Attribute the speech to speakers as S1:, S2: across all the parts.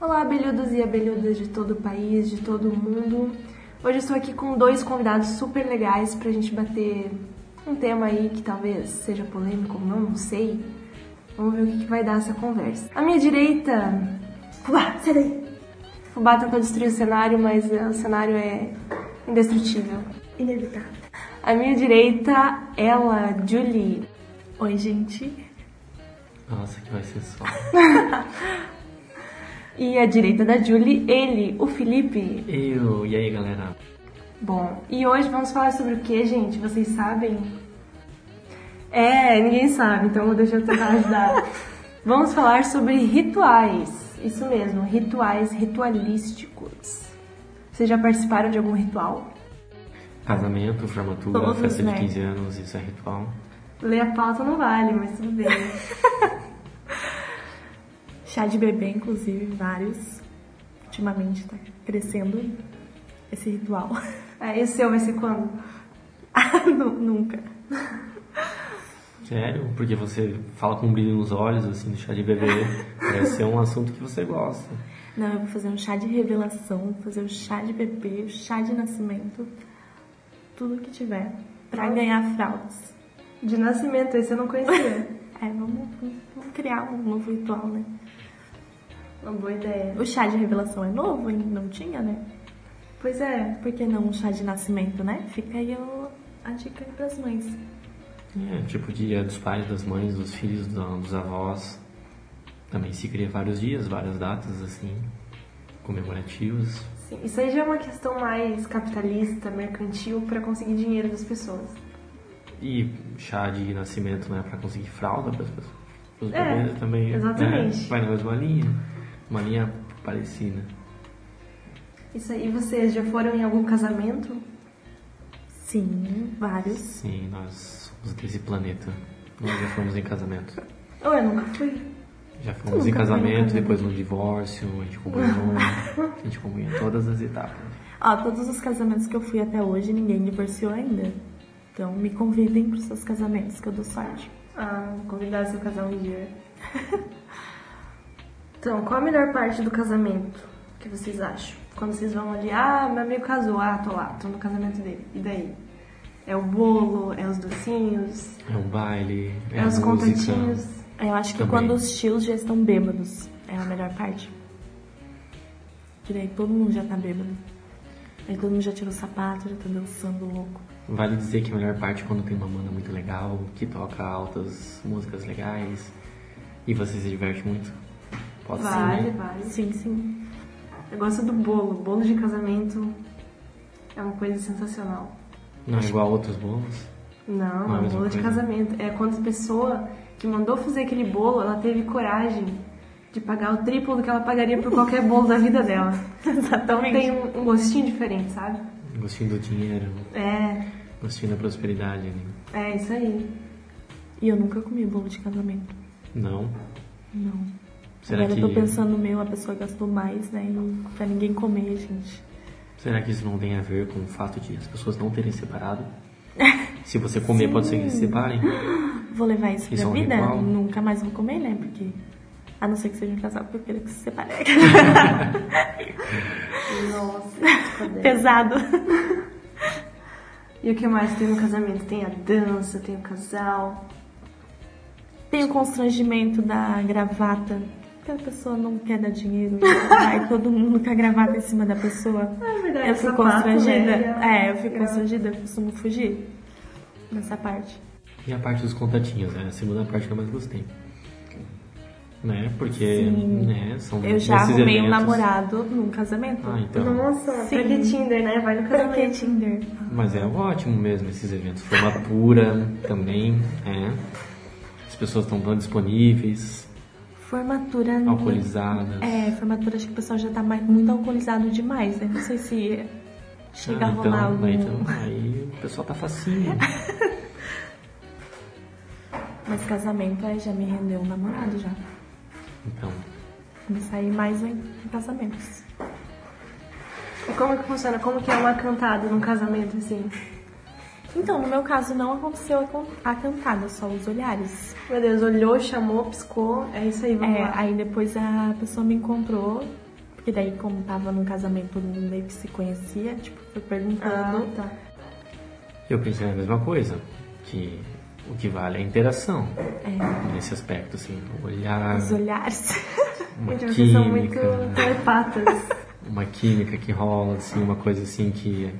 S1: Olá, abelhudos e abelhudas de todo o país, de todo o mundo. Hoje eu estou aqui com dois convidados super legais para a gente bater um tema aí que talvez seja polêmico ou não, não sei. Vamos ver o que, que vai dar essa conversa. À minha direita, Fubá, sai daí! Fubá tentou destruir o cenário, mas eh, o cenário é indestrutível.
S2: Inevitável.
S1: À minha direita, ela, Julie.
S2: Oi, gente.
S3: Nossa, que vai ser só.
S1: E à direita da Julie, ele, o Felipe.
S3: Eu, e aí galera?
S1: Bom, e hoje vamos falar sobre o que, gente? Vocês sabem? É, ninguém sabe, então eu vou deixar eu tentar ajudar. vamos falar sobre rituais. Isso mesmo, rituais ritualísticos. Vocês já participaram de algum ritual?
S3: Casamento, formatura,
S2: Todos,
S3: festa
S2: né?
S3: de 15 anos, isso é ritual.
S1: Ler a pauta não vale, mas tudo bem.
S2: Chá de bebê, inclusive, vários. Ultimamente tá crescendo esse ritual.
S1: É, e o seu vai ser quando?
S2: Ah, nu- nunca.
S3: Sério? Porque você fala com um brilho nos olhos, assim, do chá de bebê. Parece ser um assunto que você gosta.
S2: Não, eu vou fazer um chá de revelação, vou fazer o chá de bebê, o chá de nascimento, tudo que tiver, pra ganhar fraldas.
S1: De nascimento, esse eu não conhecia.
S2: É, vamos, vamos criar um novo ritual, né?
S1: Uma boa ideia.
S2: O chá de revelação é novo, hein? não tinha, né?
S1: Pois é,
S2: Por que não um chá de nascimento, né? Fica aí o- a dica aí pras mães.
S3: É, tipo dia dos pais, das mães, dos filhos, do- dos avós. Também se cria vários dias, várias datas, assim, comemorativos.
S1: sim. Isso aí já é uma questão mais capitalista, mercantil, pra conseguir dinheiro das pessoas.
S3: E chá de nascimento, né, pra conseguir fralda pras pessoas. Os
S1: É,
S3: bebês também. né,
S1: exatamente.
S3: vai na mesma linha. Uma linha parecida.
S1: Isso aí, vocês já foram em algum casamento?
S2: Sim, vários.
S3: Sim, nós somos desse planeta. Nós já fomos em casamento.
S1: Ou eu nunca fui.
S3: Já fomos
S2: nunca
S3: em
S2: foi em
S3: casamento,
S2: casamento?
S3: depois no divórcio, a gente comunhou, a gente comunhou em todas as etapas.
S2: Ó, todos os casamentos que eu fui até hoje, ninguém divorciou ainda. Então me convidem pros seus casamentos que eu dou sorte.
S1: Ah, vou convidar seu casal um dia. então, qual a melhor parte do casamento que vocês acham? Quando vocês vão ali, ah, meu amigo casou, ah, tô lá, tô no casamento dele. E daí? É o bolo, é os docinhos,
S3: É um baile,
S1: é,
S3: é,
S1: os
S3: música.
S1: contatinhos.
S2: Ah, Eu acho que
S3: Também.
S2: quando os tios já estão bêbados, é a melhor parte. Que daí todo mundo já tá bêbado. Aí todo mundo já tirou o sapato, já tá dançando louco.
S3: Vale dizer que a melhor parte é quando tem uma banda muito legal, que toca altas músicas legais e você se diverte muito. Pode
S1: Vale,
S3: ser, né?
S1: vale.
S2: Sim, sim.
S1: Eu gosto do bolo. Bolo de casamento é uma coisa sensacional.
S3: Não é igual a outros bolos.
S1: Não,
S3: Não é a
S1: um
S3: mesma
S1: bolo de
S3: coisa?
S1: casamento. É quando a pessoa que mandou fazer aquele bolo, ela teve coragem de pagar o triplo do que ela pagaria por qualquer bolo da vida dela. Então
S2: Exatamente.
S1: tem um, um gostinho diferente, sabe?
S3: Gostinho do dinheiro,
S1: É,
S3: gostinho da prosperidade. Né?
S1: é isso aí.
S2: E eu nunca comi bolo de casamento.
S3: Não.
S2: Não.
S3: Será
S2: Agora
S3: que
S2: eu tô pensando no meu, a pessoa gastou mais, né? E pra ninguém comer, gente.
S3: Será que isso não tem a ver com o fato de as pessoas não terem separado? Se você comer, pode ser que eles separem.
S2: Vou levar isso pra
S3: Isso é um
S2: vida?
S3: ritual?
S2: Nunca mais vou comer, né? Porque. A não ser que seja um casal, porque eu quero que se separe.
S1: Nossa,
S2: Pesado.
S1: E o que mais tem no casamento? Tem a dança, tem o casal.
S2: Tem o constrangimento da gravata. Que a pessoa não quer dar dinheiro. Vai todo mundo com a gravata em cima da pessoa.
S1: É verdade,
S2: Eu fico
S1: sapato,
S2: constrangida.
S1: né?
S2: É, eu fico
S1: Grava-
S2: constrangida. Eu costumo fugir dessa parte.
S3: E a parte dos contatinhos, né? A segunda parte que eu mais gostei. Né? Porque,
S2: Sim.
S3: né, são
S2: Eu já
S3: nesses
S2: arrumei um
S3: eventos-
S2: namorado num casamento.
S3: Ah, então.
S1: Nossa,
S2: Sim.
S1: pra que Tinder, né? Vai no
S2: Pra que
S1: casamento.
S2: Tinder?
S3: Mas é ótimo mesmo esses eventos. Formatura também, é. As pessoas estão tão disponíveis,
S2: Formatura não.
S3: alcoolizadas.
S2: Uhum. É, formatura acho que o pessoal já tá mais- muito alcoolizado demais, né? Não sei se chega
S3: Ah,
S2: a rolar
S3: então,
S2: algum.
S3: né, então, aí o pessoal tá facinho.
S2: Mas casamento aí já me rendeu um namorado já.
S3: Então,
S2: Vou sair mais em em casamentos.
S1: E como que funciona? Como que é uma cantada num casamento, assim?
S2: Então, no meu caso não aconteceu a, con- a cantada, só os olhares.
S1: Meu Deus, olhou, chamou, piscou. É isso aí, vamos
S2: É,
S1: lá.
S2: aí depois a pessoa me encontrou, Porque daí, como tava num casamento, todo mundo meio que se conhecia, tipo, foi perguntando.
S1: tá.
S3: Eu pensei na mesma coisa, que o que vale é a interação
S2: É,
S3: nesse aspecto, assim, o olhar,
S2: os olhares.
S3: uma
S1: Gente, Então, vocês são muito
S3: química, né?
S1: telepatas.
S3: uma química que rola, assim, uma coisa assim que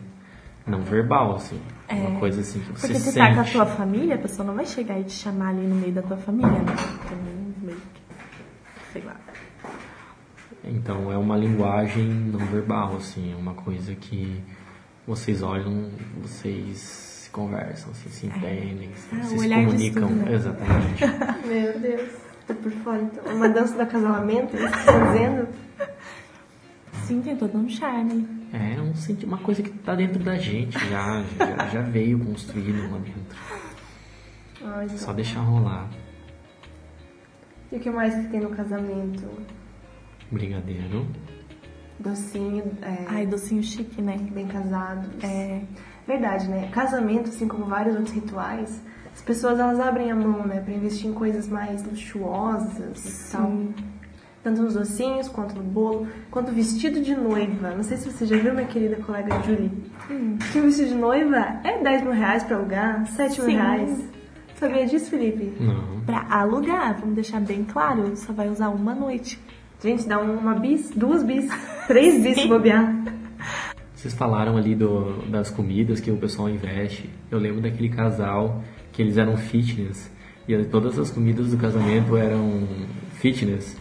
S3: não verbal, assim, uma coisa assim que você
S2: É, Porque se tá
S3: sente.
S2: com a tua família, a pessoa não vai chegar e te chamar ali no meio da tua família, né? Também meio que. Sei lá.
S3: Então é uma linguagem não verbal, assim, é uma coisa que vocês olham, vocês se conversam, assim, se entendem,
S2: Ah, o
S3: vocês se
S2: olhar diz
S3: comunicam.
S2: tudo, né?
S3: Exatamente.
S1: Meu Deus. Tô por fora, então. Uma dança do acasalamento, é isso que você tá dizendo?
S2: Sim, tem todo um charme.
S3: É um senti- uma coisa que tá dentro da gente já, já, já veio construído lá dentro.
S1: Ai, então.
S3: Só deixar rolar.
S1: E o que mais que tem no casamento?
S3: Brigadeiro.
S1: Docinho, é,
S2: Ai, docinho chique, né?
S1: bem casados.
S2: É.
S1: Verdade, né? Casamento, assim como vários outros rituais, as pessoas elas abrem a mão, né, pra investir em coisas mais luxuosas e tal. Tanto nos docinhos, quanto no bolo, quanto vestido de noiva. Não sei se você já viu, minha querida colega Julie,
S2: Hum.
S1: que o vestido de noiva é 10 mil reais pra alugar, 7 mil
S2: Sim.
S1: reais. Sabia disso, Felipe?
S3: Não.
S2: Pra alugar, vamos deixar bem claro, só vai usar uma noite.
S1: Gente, dá um, uma bis, duas bis, três bis se bobear.
S3: Vocês falaram ali do, das comidas que o pessoal investe. Eu lembro daquele casal que eles eram fitness. E todas as comidas do casamento eram fitness.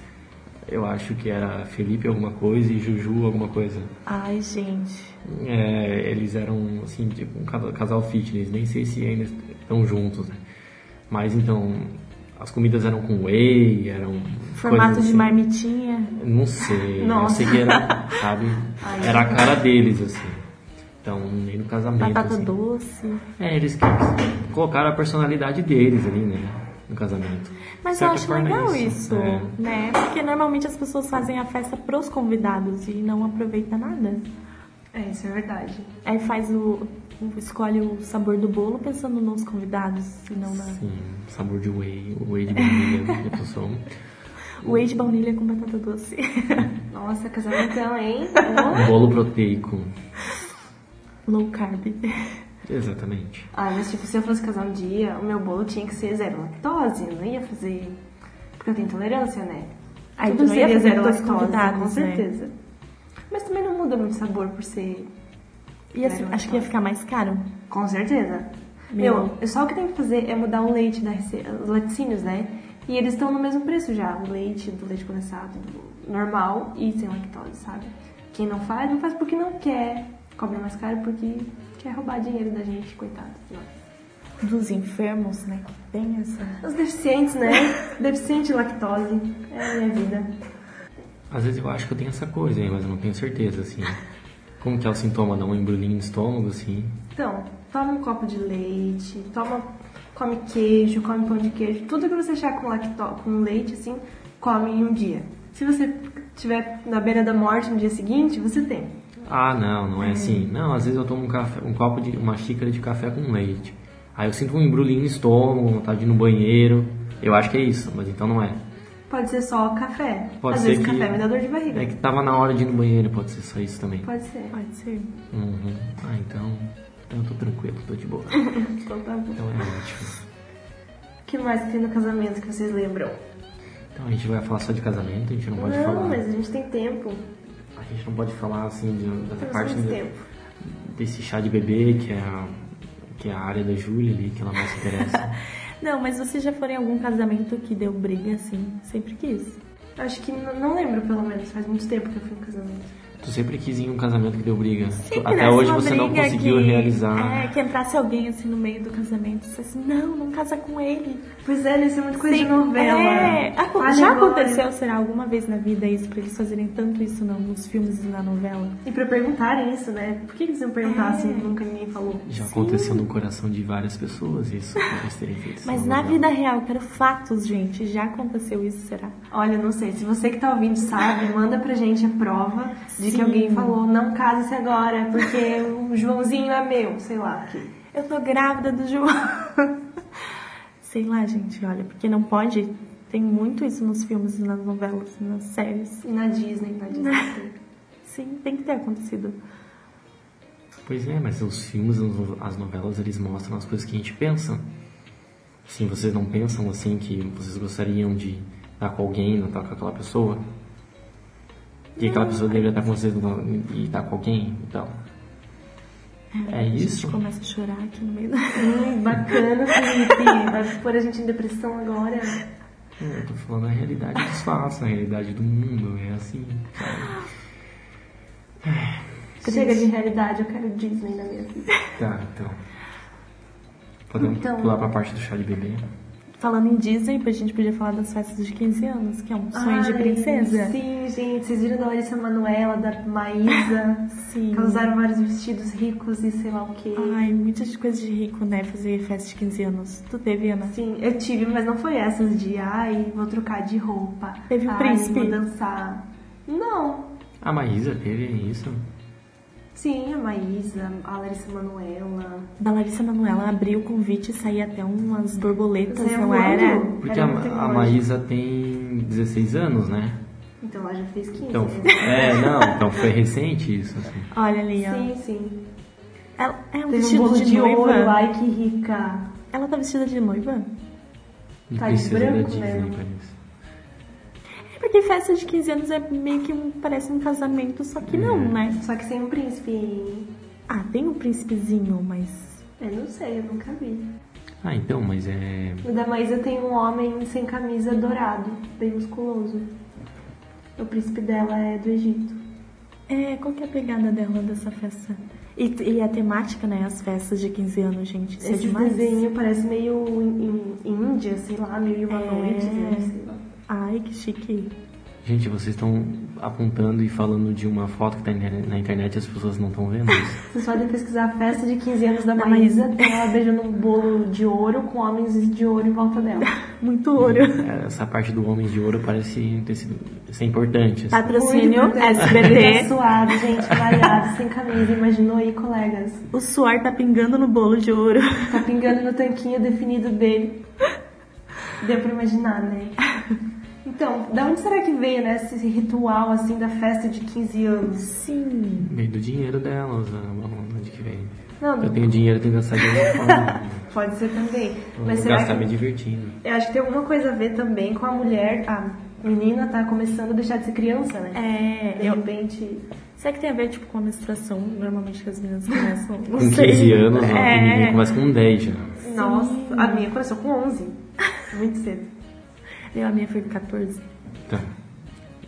S3: Eu acho que era Felipe alguma coisa e Juju alguma coisa.
S2: Ai, gente.
S3: É, eles eram, assim, tipo, um casa- casal fitness. Nem sei se ainda estão juntos, né? Mas então, as comidas eram com whey, eram.
S2: Formato
S3: coisas
S2: de
S3: assim.
S2: marmitinha.
S3: Não sei.
S1: Nossa.
S3: Eu sei que era, sabe? era a cara deles, assim. Então, nem no casamento.
S2: Batata
S3: assim.
S2: doce.
S3: É, eles que- colocaram a personalidade deles ali, né? No casamento.
S2: Mas
S3: De
S2: eu
S3: certa
S2: acho
S3: forma, é
S2: legal isso,
S3: É.
S2: né? Porque normalmente as pessoas fazem a festa pros convidados e não aproveita nada.
S1: É, isso é verdade.
S2: Aí faz o. o- escolhe o sabor do bolo pensando nos convidados e não na.
S3: Sim, sabor de whey, whey de baunilha, um de pessoa.
S2: O whey de baunilha com batata doce.
S1: Nossa, casamentão, hein?
S3: Um bolo proteico.
S2: Low carb.
S3: Exatamente.
S1: Ah, mas tipo, se eu fosse casar um dia, o meu bolo tinha que ser zero lactose, eu não ia fazer. Porque eu tenho intolerância, né?
S2: Aí
S1: Tudo
S2: tu não ia
S1: seria
S2: fazer
S1: zero
S2: pros
S1: lactose,
S2: convidados,
S1: com
S2: né?
S1: certeza. Mas também não muda muito o sabor por ser.
S2: E assim,
S1: Zero
S2: acho que ia ficar mais caro.
S1: Com certeza.
S2: Meu.
S1: Meu, só o que tem que fazer é mudar o leite da rece... os laticínios, né? E eles estão no mesmo preço já, o leite do leite condensado do normal e sem lactose, sabe? Quem não faz, não faz porque não quer. Cobra mais caro porque quer roubar dinheiro da gente, coitado.
S2: Dos enfermos, né? Que tem essa.
S1: Os deficientes, né? Deficiente de lactose. É a minha vida.
S3: Às vezes eu acho que eu tenho essa coisa aí, mas eu não tenho certeza, assim. Como que é o sintoma? Dá um embrulhinho no estômago, assim?
S1: Então, toma um copo de leite, toma, come queijo, come pão de queijo, tudo que você achar com, lacto... com leite, assim, come em um dia. Se você estiver na beira da morte no dia seguinte, você tem.
S3: Ah, não, não é assim.
S1: Hum.
S3: Não, às vezes eu tomo um, café, um copo de uma xícara de café com leite. Aí eu sinto um embrulhinho no estômago, vontade de ir no banheiro. Eu acho que é isso, mas então não é.
S1: Pode ser só café.
S3: Pode
S1: Às
S3: ser
S1: vezes
S3: que-
S1: café me dá dor de barriga.
S3: É que tava na hora de ir no banheiro, pode ser só isso também.
S1: Pode ser.
S2: Pode ser.
S3: Uhum. Ah, então, então eu tô tranquilo, tô de boa.
S1: Então tá bom.
S3: Então é ótimo.
S1: O que mais que tem no casamento que vocês lembram?
S3: Então a gente vai falar só de casamento, a gente não pode
S1: não,
S3: falar.
S1: mas a gente tem tempo.
S3: A gente não pode falar assim de, da
S1: Temos
S3: parte
S1: muito
S3: de-
S1: tempo.
S3: desse chá de bebê, que é, a- que é a área da Júlia ali, que ela mais se interessa.
S2: Não, mas vocês já foram em algum casamento que deu briga, assim? Sempre quis.
S1: Acho que n- não lembro, pelo menos. Faz muito tempo que eu fui no casamento.
S3: Tu sempre quis ir em um casamento que deu briga.
S2: Sempre
S3: Até
S2: desse
S3: hoje
S2: uma
S3: você não
S2: briga
S3: conseguiu
S2: que-
S3: realizar.
S2: É, que entrasse alguém assim no meio do casamento e disse assim, não, não casa com ele.
S1: Pois é, isso é muito coisa de
S2: Sim,
S1: novela.
S2: É, aco-
S1: Olha
S2: já
S1: agora.
S2: aconteceu, será, alguma vez na vida isso, pra eles fazerem tanto isso não, nos filmes e na novela?
S1: E pra perguntarem isso, né? Por assim, que eles não perguntassem
S2: É.
S1: se nunca ninguém falou?
S3: Já aconteceu no coração de várias pessoas isso, pra eles terem feito isso
S2: Mas
S3: no
S2: na
S3: novela.
S2: vida real, eu quero fatos, gente. Já aconteceu isso, será?
S1: Olha, não sei. Se você que tá ouvindo sabe, manda pra gente a prova de que
S2: Sim.
S1: alguém falou, não case-se agora, porque o Joãozinho é meu, sei lá. que-
S2: Eu tô grávida do João. Sei lá, gente, olha, porque não pode. Tem muito isso nos filmes e nas novelas, nas séries.
S1: E na Disney, na Disney.
S2: Sim, tem que ter acontecido.
S3: Pois é, mas os filmes, as- as novelas, eles mostram as coisas que a gente pensa. Assim, vocês não pensam assim que vocês gostariam de estar com alguém, não estar com aquela pessoa? Que aquela pessoa deveria estar com vocês não- e estar com alguém então? e tal. É
S2: A gente
S3: isso?
S2: começa a chorar aqui no meio da...
S1: Hum, bacana, Felipe. Vai pôr a gente em depressão agora.
S3: É, Eu tô falando a realidade dos fatos, a realidade do mundo, é assim, sabe?
S1: Chega de realidade, eu quero Disney na minha vida.
S3: Tá, então. Podemos
S1: Então-
S3: pular pra parte do chá de bebê?
S2: Falando em Disney, a gente podia falar das festas de 15 anos, que é um sonho de
S1: Ai,
S2: princesa.
S1: Sim, gente. Vocês viram da Larissa Manoela, da Maísa?
S2: Sim.
S1: Que elas usaram vários vestidos ricos e sei lá o quê.
S2: Ai, muitas coisas de rico, né? Fazer festa de 15 anos. Tu teve, Ana?
S1: Sim, Assim, eu tive, mas não foi essas de ai, vou trocar de roupa.
S2: Teve o
S1: ai,
S2: príncipe?
S1: Vou dançar. Não.
S3: A Maísa teve isso?
S1: Sim, a Maísa, a Larissa Manoela.
S2: Da Larissa Manoela abriu o convite e saía até umas borboletas,
S1: Saía
S2: Então não
S1: voando.
S2: era?
S3: Porque
S1: é Era
S3: a,
S1: muito
S3: a
S1: longe.
S3: Maísa tem 16 anos, né?
S1: Então ela já fez 15.
S3: Então,
S1: né?
S3: é, não, então foi recente isso, assim.
S2: Olha ali, ó.
S1: Sim, sim.
S2: Ela é um
S1: Teve um
S2: vestido
S1: bolo
S2: de,
S1: de
S2: noiva.
S1: ouro, ai que rica.
S2: Ela tá vestida de noiva?
S3: Não
S1: Tá de
S3: precisa da
S1: branco,
S3: Disney
S1: né?
S3: pra isso.
S2: É porque festa de 15 anos é meio que um, parece um casamento, só que não,
S3: É.
S2: né?
S1: Só que sem um príncipe.
S2: Ah, tem um príncipezinho, mas.
S1: Eu não sei, eu nunca vi.
S3: Ah, então, mas é.
S1: O da Maísa tem um homem sem camisa dourado, bem musculoso. O príncipe dela é do Egito.
S2: É, qual que é a pegada dela dessa festa? E, e a temática, né? As festas de 15 anos, gente. Isso é
S1: Esse
S2: demais.
S1: desenho parece meio in- in- Índia, sei lá, mil e uma
S2: É.
S1: noites, né? Sei lá.
S2: Ai, que chique.
S3: Gente, vocês estão apontando e falando de uma foto que tá inter- na internet e as pessoas não estão vendo isso. né?
S1: Vocês podem pesquisar a festa de 15 anos da
S2: Da
S1: Maísa, tem ela beijando um bolo de ouro com homens de ouro em volta dela.
S2: Muito ouro.
S3: Essa parte do Homem de Ouro parece ter sido, ser importante. assim.
S2: Patrocínio
S1: Muito importante. Tá
S2: SBT.
S1: suado, gente, malhado, sem camisa, imaginou aí, colegas.
S2: O suor tá pingando no bolo de ouro.
S1: Tá pingando no tanquinho definido dele. Deu pra imaginar, né? Então, da onde será que veio, né, esse ritual, assim, da festa de 15 anos?
S2: Sim.
S3: Meio do dinheiro delas, né? a- onde que vem.
S1: Não,
S3: Eu tenho dinheiro, eu tenho que gastar dinheiro. eu
S1: pode ser também.
S3: né? vou
S1: Mas será
S3: gastar
S1: que...
S3: me divertindo.
S1: Eu acho que tem alguma coisa a ver também com a mulher, a menina tá começando a deixar de ser criança, né?
S2: É,
S1: De
S2: eu,
S1: repente...
S2: Será que tem a ver, tipo, com a menstruação? Normalmente que as meninas começam... Não
S3: Com
S2: sei.
S3: 15 anos, né? ó, tem
S2: É.
S3: menino começa com 10 já.
S1: Nossa, a minha começou com 11. Muito cedo.
S2: Eu, a minha foi com 14.
S3: Tá.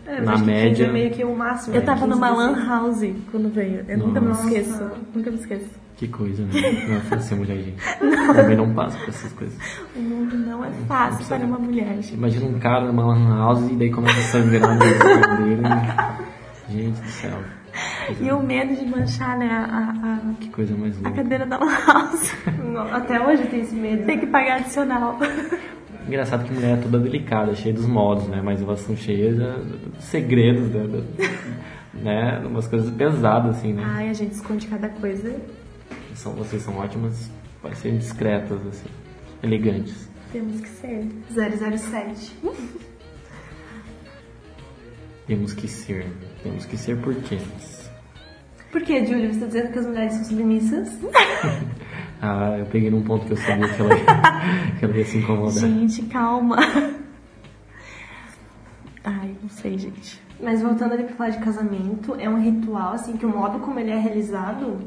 S1: É, mas
S3: Na
S1: acho que 15
S3: média-
S1: É meio que o máximo.
S2: Eu
S1: né?
S2: tava
S1: 15,
S2: numa
S1: 16.
S2: lan house quando veio. Eu nunca me
S3: Nossa.
S2: esqueço. Nunca me esqueço.
S3: Que coisa, né? Não é fácil ser mulher, gente. Também não passa por essas coisas.
S2: O mundo não é fácil para uma mulher, gente.
S3: Imagina um cara numa lan house e daí começa a sangrar no olho dele. Gente do céu. Coisa-
S2: E o medo de manchar, né, a,
S3: Que coisa mais
S2: a, a
S3: louca.
S2: cadeira da lan house.
S1: Não, Até hoje eu tenho esse medo.
S2: Tem que pagar adicional.
S3: Engraçado que mulher é toda delicada, cheia dos modos, né? Mas elas são cheias de de segredos, né? De- né? Umas coisas pesadas, assim, né?
S2: Ai, a gente esconde cada coisa.
S3: São, vocês são ótimas para serem discretas, assim. Elegantes.
S2: Temos que ser.
S1: 007.
S3: Temos que ser. Temos que ser porquês.
S1: Por que, Júlio? Você tá dizendo que as mulheres são submissas?
S3: Ah, eu peguei num ponto que eu sabia que ela ia, que ela ia se incomodar.
S2: Gente, calma. Ai, não sei, gente.
S1: Mas voltando ali pra falar de casamento, é um ritual, assim, que o modo como ele é realizado,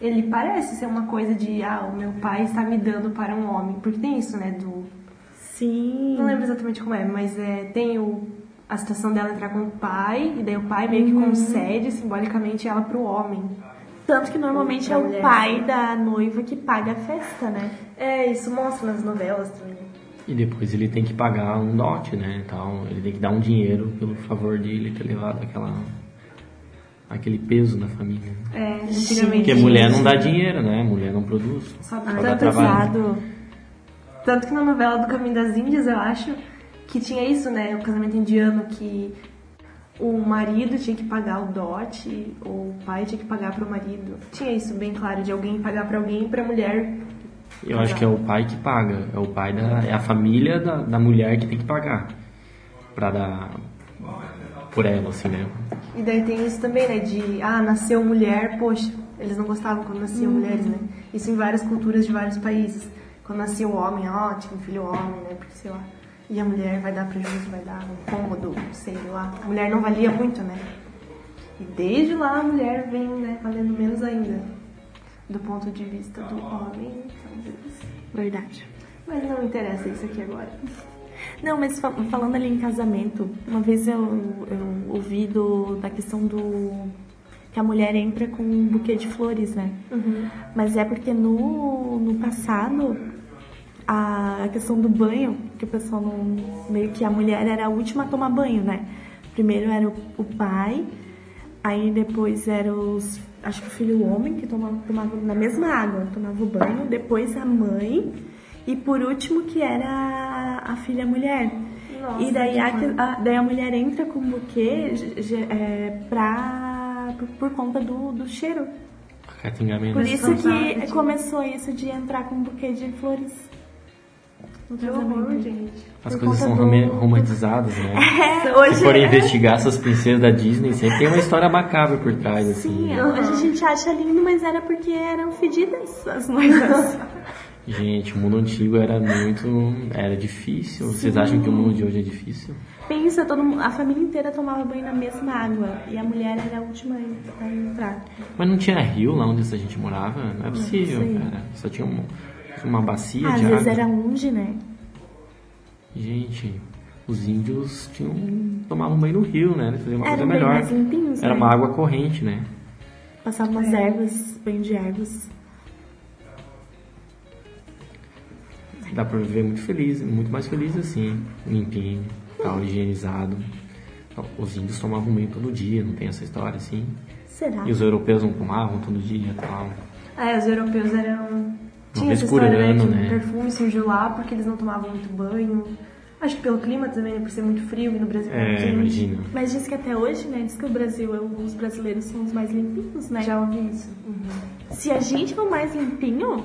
S1: ele parece ser uma coisa de, ah, o meu pai está me dando para um homem. Porque tem isso, né, do...
S2: Sim.
S1: Não lembro exatamente como é, mas é, tem o, a situação dela entrar com o pai, e daí o pai meio que concede simbolicamente ela pro homem.
S2: Tanto que normalmente é
S1: Da
S2: o
S1: mulher.
S2: pai da noiva que paga a festa, né?
S1: É, isso mostra nas novelas também.
S3: E depois ele tem que pagar um dote, né? e Tal. Ele tem que dar um dinheiro pelo favor de ele ter levado aquela, aquele peso na família.
S1: É,
S2: Sim.
S1: antigamente.
S3: Porque mulher não dá dinheiro, né? Mulher não produz.
S1: Só
S3: dá
S1: tanto
S3: trabalho.
S1: Tanto que na novela do Caminho das Índias, eu acho, que tinha isso, né? O casamento indiano que o marido tinha que pagar o dote, ou o pai tinha que pagar pro marido. Tinha isso bem claro, de alguém pagar pra alguém e pra mulher.
S3: Eu acho que é o pai que paga. É o pai da. É a família da, da mulher que tem que pagar. Pra dar. Por ela, assim, né?
S1: E daí tem isso também, né? De, ah, nasceu mulher, poxa, eles não gostavam quando nasciam mulheres, né? Isso em várias culturas de vários países. Quando nascia o homem, ó, tinha um filho homem, né? Porque, sei lá. E a mulher vai dar prejuízo, vai dar um cômodo, sei lá. A mulher não valia muito, né? E desde lá a mulher vem, né, valendo menos ainda. Do ponto de vista do homem, talvez.
S2: Verdade.
S1: Mas não interessa isso aqui agora.
S2: Não, mas fal- falando ali em casamento, uma vez eu, eu ouvi do, da questão do. que a mulher entra com um buquê de flores, né? Mas é porque no, no passado, a questão do banho, que o pessoal não. meio que a mulher era a última a tomar banho, né? Primeiro era o, o pai, aí depois era os. acho que o filho homem, que tomava, tomava na mesma água, tomava o banho, depois a mãe, e por último que era a, a filha mulher.
S1: Nossa,
S2: e daí
S1: que
S2: a,
S1: maravilha.
S2: a- daí a mulher entra com buquê ge- ge- é, pra, por, por conta do, do cheiro.
S3: Catingamento.
S2: Por isso que
S1: Exatamente.
S2: começou isso de entrar com um buquê de flores. No
S1: Que horror,
S2: casamento.
S1: gente.
S3: As
S1: Por
S3: coisas
S1: conta
S3: são rome- romantizadas, né?
S2: É,
S3: Se
S2: hoje.
S3: forem investigar essas princesas da Disney, sempre tem uma história macabra por trás, assim.
S2: Sim, é.
S3: né?
S2: hoje a gente acha lindo, mas era porque eram fedidas as noivas.
S3: Gente, o mundo antigo era muito. era difícil. Vocês acham que o mundo de hoje é difícil?
S2: Pensa, todo mundo, a família inteira tomava banho na mesma água. E a mulher era a última a en- a entrar.
S3: Mas não tinha rio lá onde essa gente morava? Não é possível,
S2: sei.
S3: cara. Só tinha um- uma bacia
S2: Ah, às
S3: de
S2: vezes
S3: água.
S2: era longe, né?
S3: Gente, os índios tinham, tomavam banho no rio, né? Eles faziam uma
S2: Eram
S3: coisa
S2: bem
S3: melhor.
S2: mais limpinhos,
S3: Era
S2: né?
S3: uma água corrente, né?
S2: Passava umas
S1: É.
S2: ervas, banho de ervas.
S3: Dá pra viver muito feliz, muito mais feliz assim, limpinho, tal,
S2: Uhum.
S3: higienizado. Então, Os índios tomavam banho todo dia, não tem essa história assim.
S2: Será?
S3: E os europeus não tomavam todo dia tal.
S1: Ah, é, os europeus eram. Tinha
S3: vez
S1: essa
S3: por
S1: história, né?
S3: ano,
S1: Tipo,
S3: né?
S1: perfume surgiu lá porque eles não tomavam muito banho. Acho que pelo clima também, né? Por ser muito frio e no Brasil muito
S3: É,
S1: quente.
S3: imagina.
S2: Mas diz que até hoje, né? Diz que o Brasil, é o- os brasileiros são os mais limpinhos, né?
S1: Já ouvi isso. Uhum.
S2: Se a gente for mais limpinho,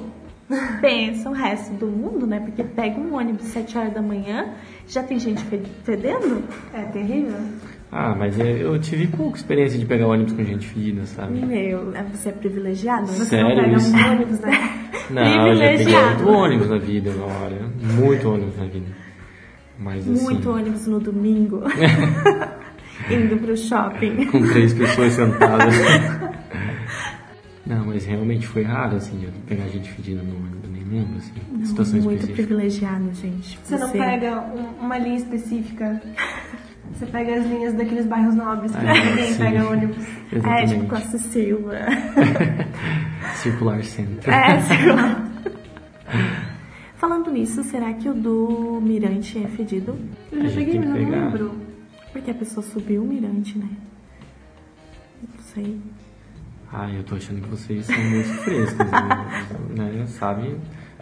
S2: pensa o resto do mundo, né? Porque pega um ônibus às 7 horas da manhã, já tem gente fe- fedendo.
S1: É terrível.
S3: Ah, mas é- eu tive pouca experiência de pegar ônibus com gente fedida, sabe?
S2: Meu, você é privilegiado? né?
S3: Sério
S1: não pega
S3: isso?
S1: um ônibus, né?
S3: Não, eu já peguei
S2: Privilegiado.
S3: muito ônibus na vida, olha. Muito ônibus na vida. Mas assim.
S2: Muito ônibus no domingo. Indo pro shopping.
S3: com três pessoas sentadas. Não, mas realmente foi raro, assim, de eu pegar gente fedida no ônibus, nem lembro, assim, situação
S2: Muito
S3: específica.
S2: privilegiado, gente. É,
S1: Você não pega um- uma linha específica. Você pega as linhas daqueles bairros nobres que
S3: Ah,
S1: ninguém
S3: sim.
S1: pega ônibus.
S2: É,
S3: Exatamente.
S2: tipo Costa Silva.
S3: Circular centro.
S2: É, Silva. Falando nisso, será que o do Mirante é fedido?
S1: Eu
S3: A
S1: já
S3: gente
S1: peguei, mas
S3: tem
S1: eu
S3: que
S1: não
S3: pegar.
S1: lembro.
S2: Porque a pessoa subiu o mirante, né? Não sei.
S3: Ai, eu tô achando que vocês são muito frescos, né? né? Sabe?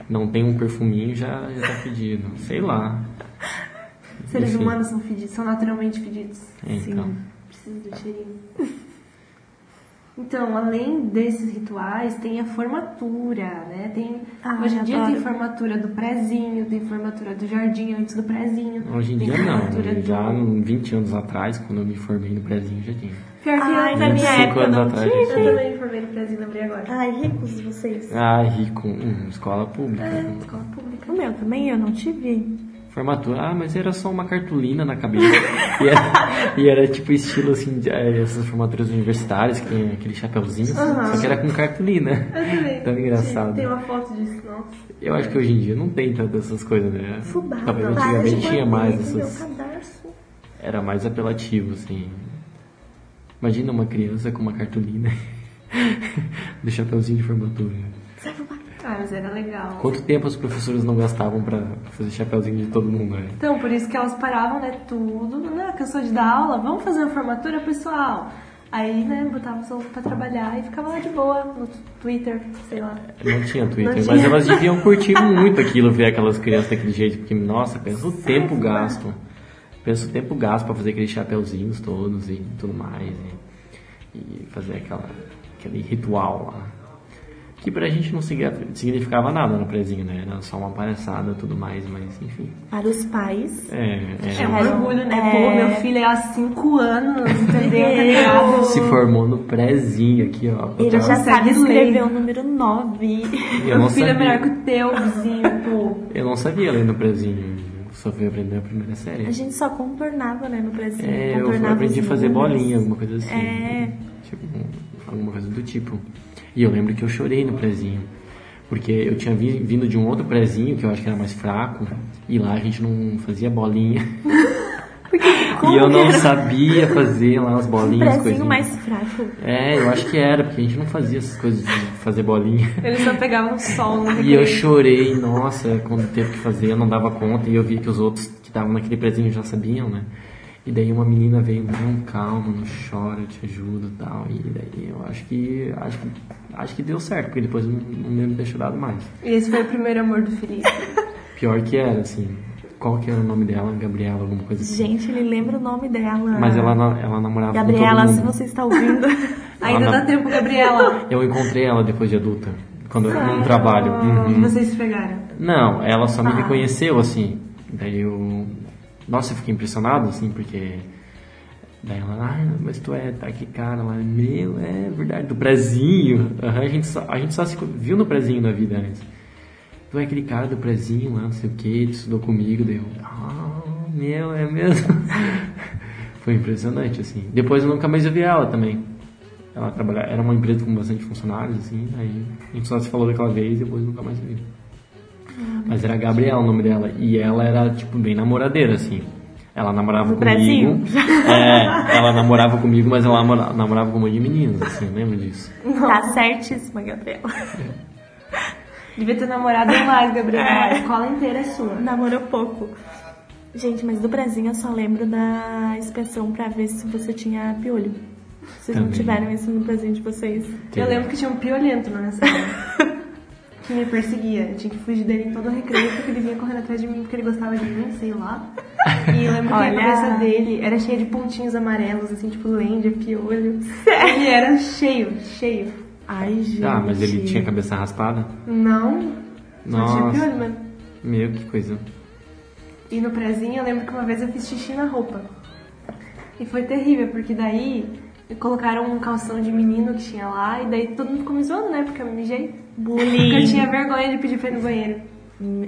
S3: Não tem um perfuminho, já, já tá fedido. Sei lá.
S1: Seres
S2: um
S3: Enfim,
S1: humanos são fedidos, são naturalmente fedidos.
S3: É, então.
S1: Preciso do cheirinho. Então, além desses rituais, tem a formatura, né? Tem,
S2: Ah,
S1: hoje em dia
S2: adoro.
S1: tem formatura do prezinho, tem formatura do jardim antes do prezinho.
S3: Hoje em
S1: tem
S3: dia não,
S1: formatura
S3: né?
S1: do-
S3: já 20 anos atrás, quando eu me formei no prezinho, já tinha.
S1: Pior que
S2: Ai,
S1: eu, também- é.
S2: na minha
S3: 25
S2: época
S3: anos
S2: não
S3: atrás,
S2: tinha.
S1: eu
S3: gente.
S1: também me formei no prezinho, lembrei agora.
S2: Ai, ricos vocês.
S3: Ah, rico, hum, escola
S2: Ah,
S3: pública.
S2: é.
S1: Escola pública.
S2: O meu também, eu não tive.
S3: Formatura, ah, mas era só uma cartolina na cabeça. e, era, e era tipo estilo assim, de- eh, essas formaturas universitárias, que tem aquele chapéuzinho,
S1: Aham.
S3: só que era com
S1: Eu
S3: cartolina.
S1: também.
S3: Tão engraçado.
S1: Tem uma foto disso, nossa.
S3: Eu acho que hoje em dia não tem tantas essas coisas, né?
S2: Fubá.
S3: Talvez
S2: não.
S3: antigamente
S2: Para de
S3: tinha
S2: bater
S3: mais
S2: no
S3: essas.
S2: Meu cadarço.
S3: Era mais apelativo, assim. Imagina uma criança com uma cartolina do chapéuzinho de formatura.
S1: Ah, mas era legal.
S3: Quanto tempo os professores não gastavam pra pra fazer chapéuzinho de todo mundo, né?
S1: Então, por isso que elas paravam, né, tudo, né, cansou de dar aula, vamos fazer uma formatura, pessoal. Aí, né, botava os alunos pra trabalhar e ficava lá de boa, no t- Twitter, sei lá.
S3: Não tinha Twitter,
S1: Não
S3: mas
S1: tinha.
S3: elas deviam curtir muito aquilo, ver aquelas crianças daquele jeito, porque, nossa, pensa o tempo gasto. Pensa o tempo gasto pra fazer aqueles chapeuzinhos todos e tudo mais. E, e fazer aquela, aquele ritual lá. Que pra gente não significava nada no prezinho, né? Era só uma palhaçada e tudo mais, mas enfim.
S2: Para os pais.
S1: É
S3: É,
S1: um
S3: é.
S2: Era um-
S1: orgulho, né?
S2: é.
S1: Pô, meu filho é há 5 anos, entendeu? Tá ligado?
S3: Se formou no prezinho aqui, ó. Eu
S2: Ele
S3: tava-
S2: já sabe
S1: Consegue
S2: escrever
S1: ler.
S2: o número 9.
S3: eu não
S1: meu filho é melhor que
S3: sabia.
S1: o teu, vizinho, pô.
S3: Eu não sabia ler no prezinho. Só fui aprender na primeira série.
S2: A gente só contornava, né, no Brasil.
S3: É, eu
S2: Contornava
S3: aprendi a
S2: os
S3: fazer
S2: números.
S3: bolinha, alguma coisa assim.
S2: É.
S3: Tipo, alguma coisa do tipo. E eu lembro que eu chorei no prezinho. Porque eu tinha vi- vindo de um outro prezinho, que eu acho que era mais fraco, e lá a gente não fazia bolinha.
S2: Como
S3: e eu não
S2: que era?
S3: sabia fazer lá as
S2: Um
S3: bolinhas,
S2: prezinho
S3: coisinhas.
S2: mais fraco.
S3: É, eu acho que era, porque a gente não fazia essas coisas de fazer bolinha.
S1: Ele só pegava um sol no
S3: E eu
S1: recreio.
S3: chorei, nossa, quando teve que fazer, eu não dava conta, e eu vi que os outros que estavam naquele prezinho já sabiam, né? E daí uma menina veio, não, calma, não chora, eu te ajudo e tal. E daí eu acho que. Acho que, acho que deu certo, porque depois eu não, não lembro de ter chorado mais.
S1: E esse foi o primeiro amor do Felipe.
S3: Pior que era, assim. Qual que era o nome dela? Gabriela, alguma coisa assim.
S2: Gente, ele lembra o nome dela.
S3: Mas ela, na- ela namorava com todo
S2: Gabriela, se
S3: mundo.
S2: você está ouvindo.
S1: Ainda
S3: Ana-
S1: dá tempo, Gabriela.
S3: Eu encontrei ela depois de adulta, quando eu, num trabalho. Uhum.
S1: Vocês se pegaram.
S3: Não, ela só me
S2: Ah.
S3: reconheceu, assim. Daí eu. Nossa, eu fiquei impressionado, assim, porque. Daí ela, ah, mas tu é tá aqui, cara. Ela, meu, é verdade, do prezinho. Aham, a, gente só, a gente só se viu no prezinho na vida antes. Tu é aquele cara do prezinho lá, não sei o que, tu estudou comigo. Daí eu, ah, meu, é mesmo. Foi impressionante, assim. Depois eu nunca mais ouvi ela também. Ela trabalhava, era uma empresa com bastante funcionários, assim, aí a gente só se falou daquela vez e depois nunca mais ouvi.
S1: Ah,
S3: Mas era a Gabriela o nome dela. E ela era, tipo, bem namoradeira, assim. Ela namorava
S2: No
S3: comigo.
S2: Brasil?
S3: É, ela namorava comigo, mas ela namora- namorava com um monte de meninas, assim, eu lembro disso.
S2: Tá certíssima, Gabriela.
S1: Devia ter namorado um mais, Gabriela. A escola inteira é sua.
S2: Namorou pouco. Gente, mas do Brasil eu só lembro da inspeção pra ver se você tinha piolho. Vocês não
S3: Também.
S2: tiveram isso no Brasil de vocês.
S1: Eu lembro que tinha um piolento na minha sala. que me perseguia. Eu tinha que fugir dele em todo o recreio porque ele vinha correndo atrás de mim porque ele gostava de mim, sei lá. E eu lembro que
S2: Olha.
S1: a cabeça dele era cheia de pontinhos amarelos, assim, tipo lenda, piolho. Ele era cheio, cheio.
S2: Ai, gente.
S3: Tá, mas ele tinha cabeça raspada?
S1: Não, não tinha
S3: Nossa,
S1: piolho, mano.
S3: meu, que coisa.
S1: E no prezinho eu lembro que uma vez eu fiz xixi na roupa. E foi terrível, porque daí colocaram um calção de menino que tinha lá, e daí todo mundo ficou me zoando, né? Porque eu me mijei. Porque eu
S2: Bullying.
S1: tinha vergonha de pedir pra ir no banheiro.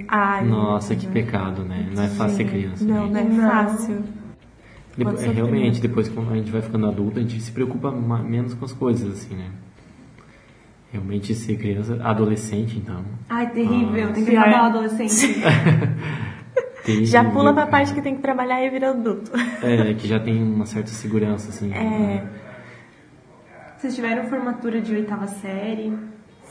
S2: Ai,
S3: Nossa, que pecado, né? Não é fácil ser
S2: gente.
S3: criança.
S2: Não,
S3: gente.
S2: não é
S1: Não.
S2: fácil.
S3: Depo-
S2: Pode
S3: é,
S2: ser
S3: realmente, depois que a gente vai ficando adulto, a gente se preocupa ma- menos com as coisas, assim, né? Realmente ser criança, adolescente, então.
S1: Ai, terrível,
S3: Ah.
S1: tem que
S2: Pior.
S1: acabar o adolescente.
S2: Já pula pra
S3: papai.
S2: parte que tem que trabalhar e vira adulto.
S3: um É, que já tem uma certa segurança, assim.
S2: É,
S1: Vocês tiveram formatura de oitava série.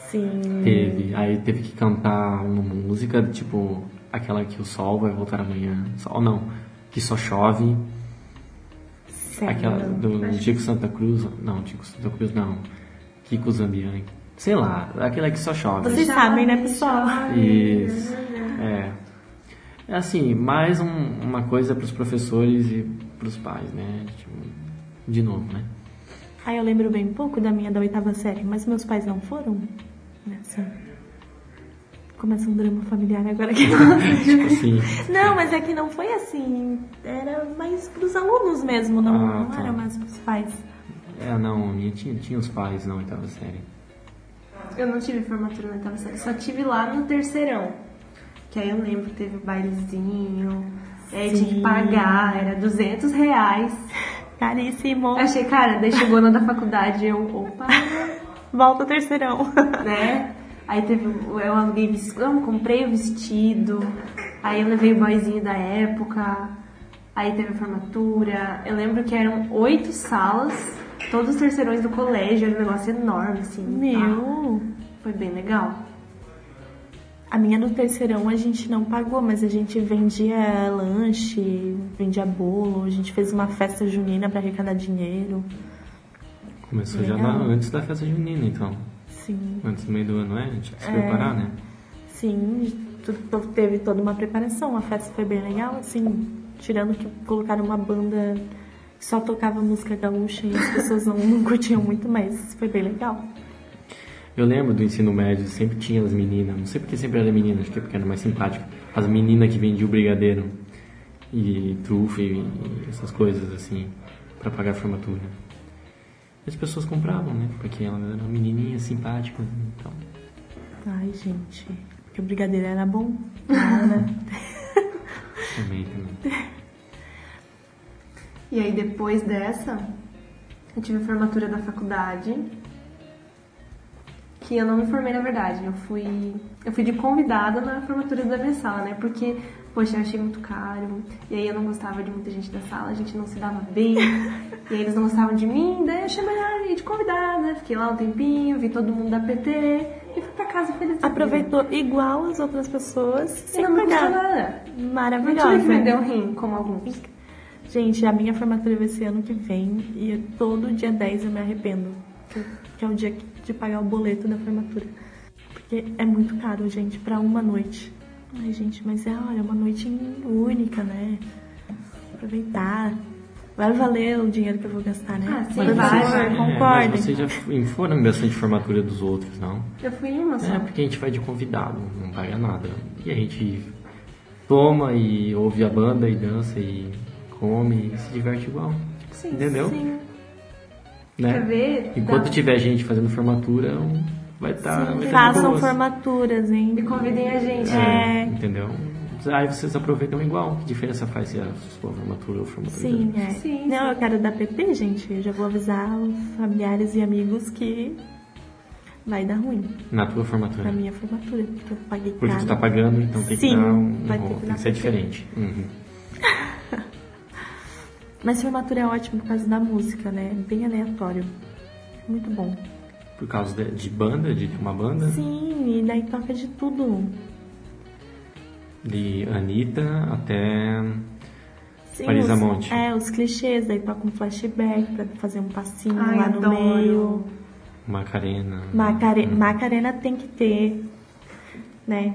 S2: sim.
S3: Teve. Aí teve que cantar uma música, tipo, aquela que o sol vai voltar amanhã. Sol não. Que só chove.
S2: Sério.
S3: aquela do Chico Santa Cruz. Não, Chico Santa Cruz não. Kiko Zambianchi. Sei lá, aquela que só chove.
S2: Vocês sabem, né, pessoal?
S3: Isso. É. É assim, mais um- uma coisa pros professores e pros pais, né? Tipo, de novo, né?
S2: Aí eu lembro bem pouco da minha da oitava série, mas meus pais não foram. Nessa. Começa um drama familiar agora que
S3: Tipo assim.
S2: Não, mas é que não foi assim. Era mais pros alunos mesmo, não,
S3: Ah,
S2: não
S3: tá.
S2: era mais pros pais.
S3: É, não, minha tinha, tinha os pais na oitava série.
S1: Eu não tive formatura na oitava série, só tive lá no terceirão. Que aí eu lembro que teve bailezinho, é, tinha que
S2: Sim.
S1: pagar, era 200 reais.
S2: Caríssimo.
S1: Eu achei, cara, daí chegou na da faculdade, eu, opa,
S2: Volta o terceirão.
S1: né? Aí teve, o- eu aluguei, ves- não, comprei o vestido, aí eu levei o boyzinho da época, aí teve a formatura. Eu lembro que eram oito salas, todos os terceirões do colégio, era um negócio enorme, assim. tá?
S2: Meu.
S1: Foi bem legal.
S2: A minha no terceirão a gente não pagou, mas a gente vendia lanche, vendia bolo, a gente fez uma festa junina pra arrecadar dinheiro.
S3: Começou já
S2: Legal.
S3: na- antes da festa junina, então.
S2: Sim,
S3: Antes do meio do ano, é? A gente tinha que se preparar, né?
S2: sim, tudo, teve toda uma preparação. A festa foi bem legal, assim, tirando que colocaram uma banda que só tocava música gaúcha e as pessoas não, não curtiam muito, mas foi bem legal.
S3: Eu lembro do ensino médio, sempre tinha as meninas, não sei porque sempre era menina, acho que é porque era mais simpática. As meninas que vendiam brigadeiro e trufa e, e essas coisas assim, para pagar a formatura. E as pessoas compravam, né? Porque ela era uma menininha simpática então, e tal.
S2: Ai, gente. Porque o brigadeiro era bom. Ah, né?
S3: Também, também.
S1: E aí depois dessa, eu tive a formatura da faculdade. Que eu não me formei, na verdade. Eu fui, eu fui de convidada na formatura da minha sala, né? Porque, poxa, eu achei muito caro. E aí eu não gostava de muita gente da sala, a gente não se dava bem. e aí eles não gostavam de mim, daí eu chamei ali de convidada. Fiquei lá um tempinho, vi todo mundo da PT e fui pra casa feliz. da vida.
S2: Aproveitou igual as outras pessoas.
S1: E
S2: Sem
S1: não me custou
S2: pagar. É né?
S1: nada. Não
S2: Maravilhosa.
S1: tive que vender um rim, como alguns.
S2: Gente, a minha formatura vai ser ano que vem e eu- todo dia 10 eu me arrependo. Que, que é o dia que- de pagar o boleto da formatura. Porque é muito caro, gente, pra uma noite. Ai, gente, mas é, olha, uma noite única, né? Aproveitar. Vai valer o dinheiro que eu vou gastar, né?
S1: Ah, sim,
S2: Por
S1: vai.
S2: favor,
S1: É,
S2: concordem.
S3: Mas você já informa bastante formatura dos outros, não?
S1: Eu fui em uma só.
S3: É, porque a gente vai de convidado, não paga nada. E a gente toma e ouve a banda e dança e come e se diverte igual.
S1: Sim,
S3: Entendeu?
S1: Sim. Quer
S3: Né?
S1: ver?
S3: Enquanto
S1: Dá-
S3: tiver gente fazendo formatura, um, vai estar. Tá, vai tá
S2: Façam
S3: de boas.
S2: formaturas, hein?
S1: E convidem a gente. né?
S3: É,
S2: É.
S3: Entendeu? Aí vocês aproveitam igual. Que diferença faz se a sua formatura ou a formatura?
S2: Sim, é.
S1: Sim,
S2: não,
S1: sim.
S2: eu quero dar PT, gente. Eu já vou avisar os familiares e amigos que vai dar ruim
S3: Na tua formatura.
S2: na minha formatura, porque eu paguei
S3: Porque
S2: caro.
S3: tu É. tá pagando, então tem que
S2: Sim,
S3: dar um,
S2: vai
S3: um
S2: ter que
S3: rolo, tem
S2: dar
S3: que ser
S2: PT.
S3: diferente. Uhum.
S2: Mas formatura é ótimo por causa da música, né? Bem aleatório. Muito bom.
S3: Por causa de, de banda, de uma banda,
S2: Sim, e daí toca de tudo.
S3: de Anitta até.
S2: Sim,
S3: Marisa
S2: os-
S3: Monte.
S2: É, os clichês, daí toca um flashback pra fazer um passinho
S1: Ai,
S2: lá no
S1: adoro.
S2: meio.
S3: Macarena.
S2: Macare... Macarena tem que ter, né?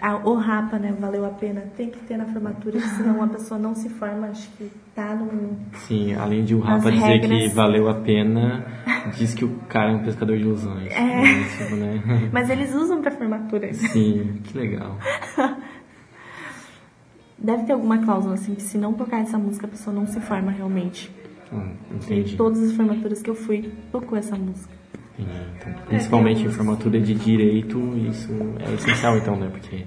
S2: A- o Rapa, né? Valeu a pena. Tem que ter na formatura, porque senão a pessoa não se forma. Acho que tá num.
S3: Sim, além de o Rafa
S2: As
S3: dizer que
S2: regras.
S3: valeu a pena, diz que o cara é um pescador de ilusões.
S2: É.
S3: Isso, né?
S2: Mas eles usam pra formatura.
S3: Sim, que legal.
S2: Deve ter alguma cláusula, assim, que se não tocar essa música, a pessoa não se forma realmente.
S3: Hum,
S2: E
S3: Entendi.
S2: todas as formaturas que eu fui, tocou essa música.
S3: Entendi. Então, principalmente em formatura de direito, isso é essencial então, né? Porque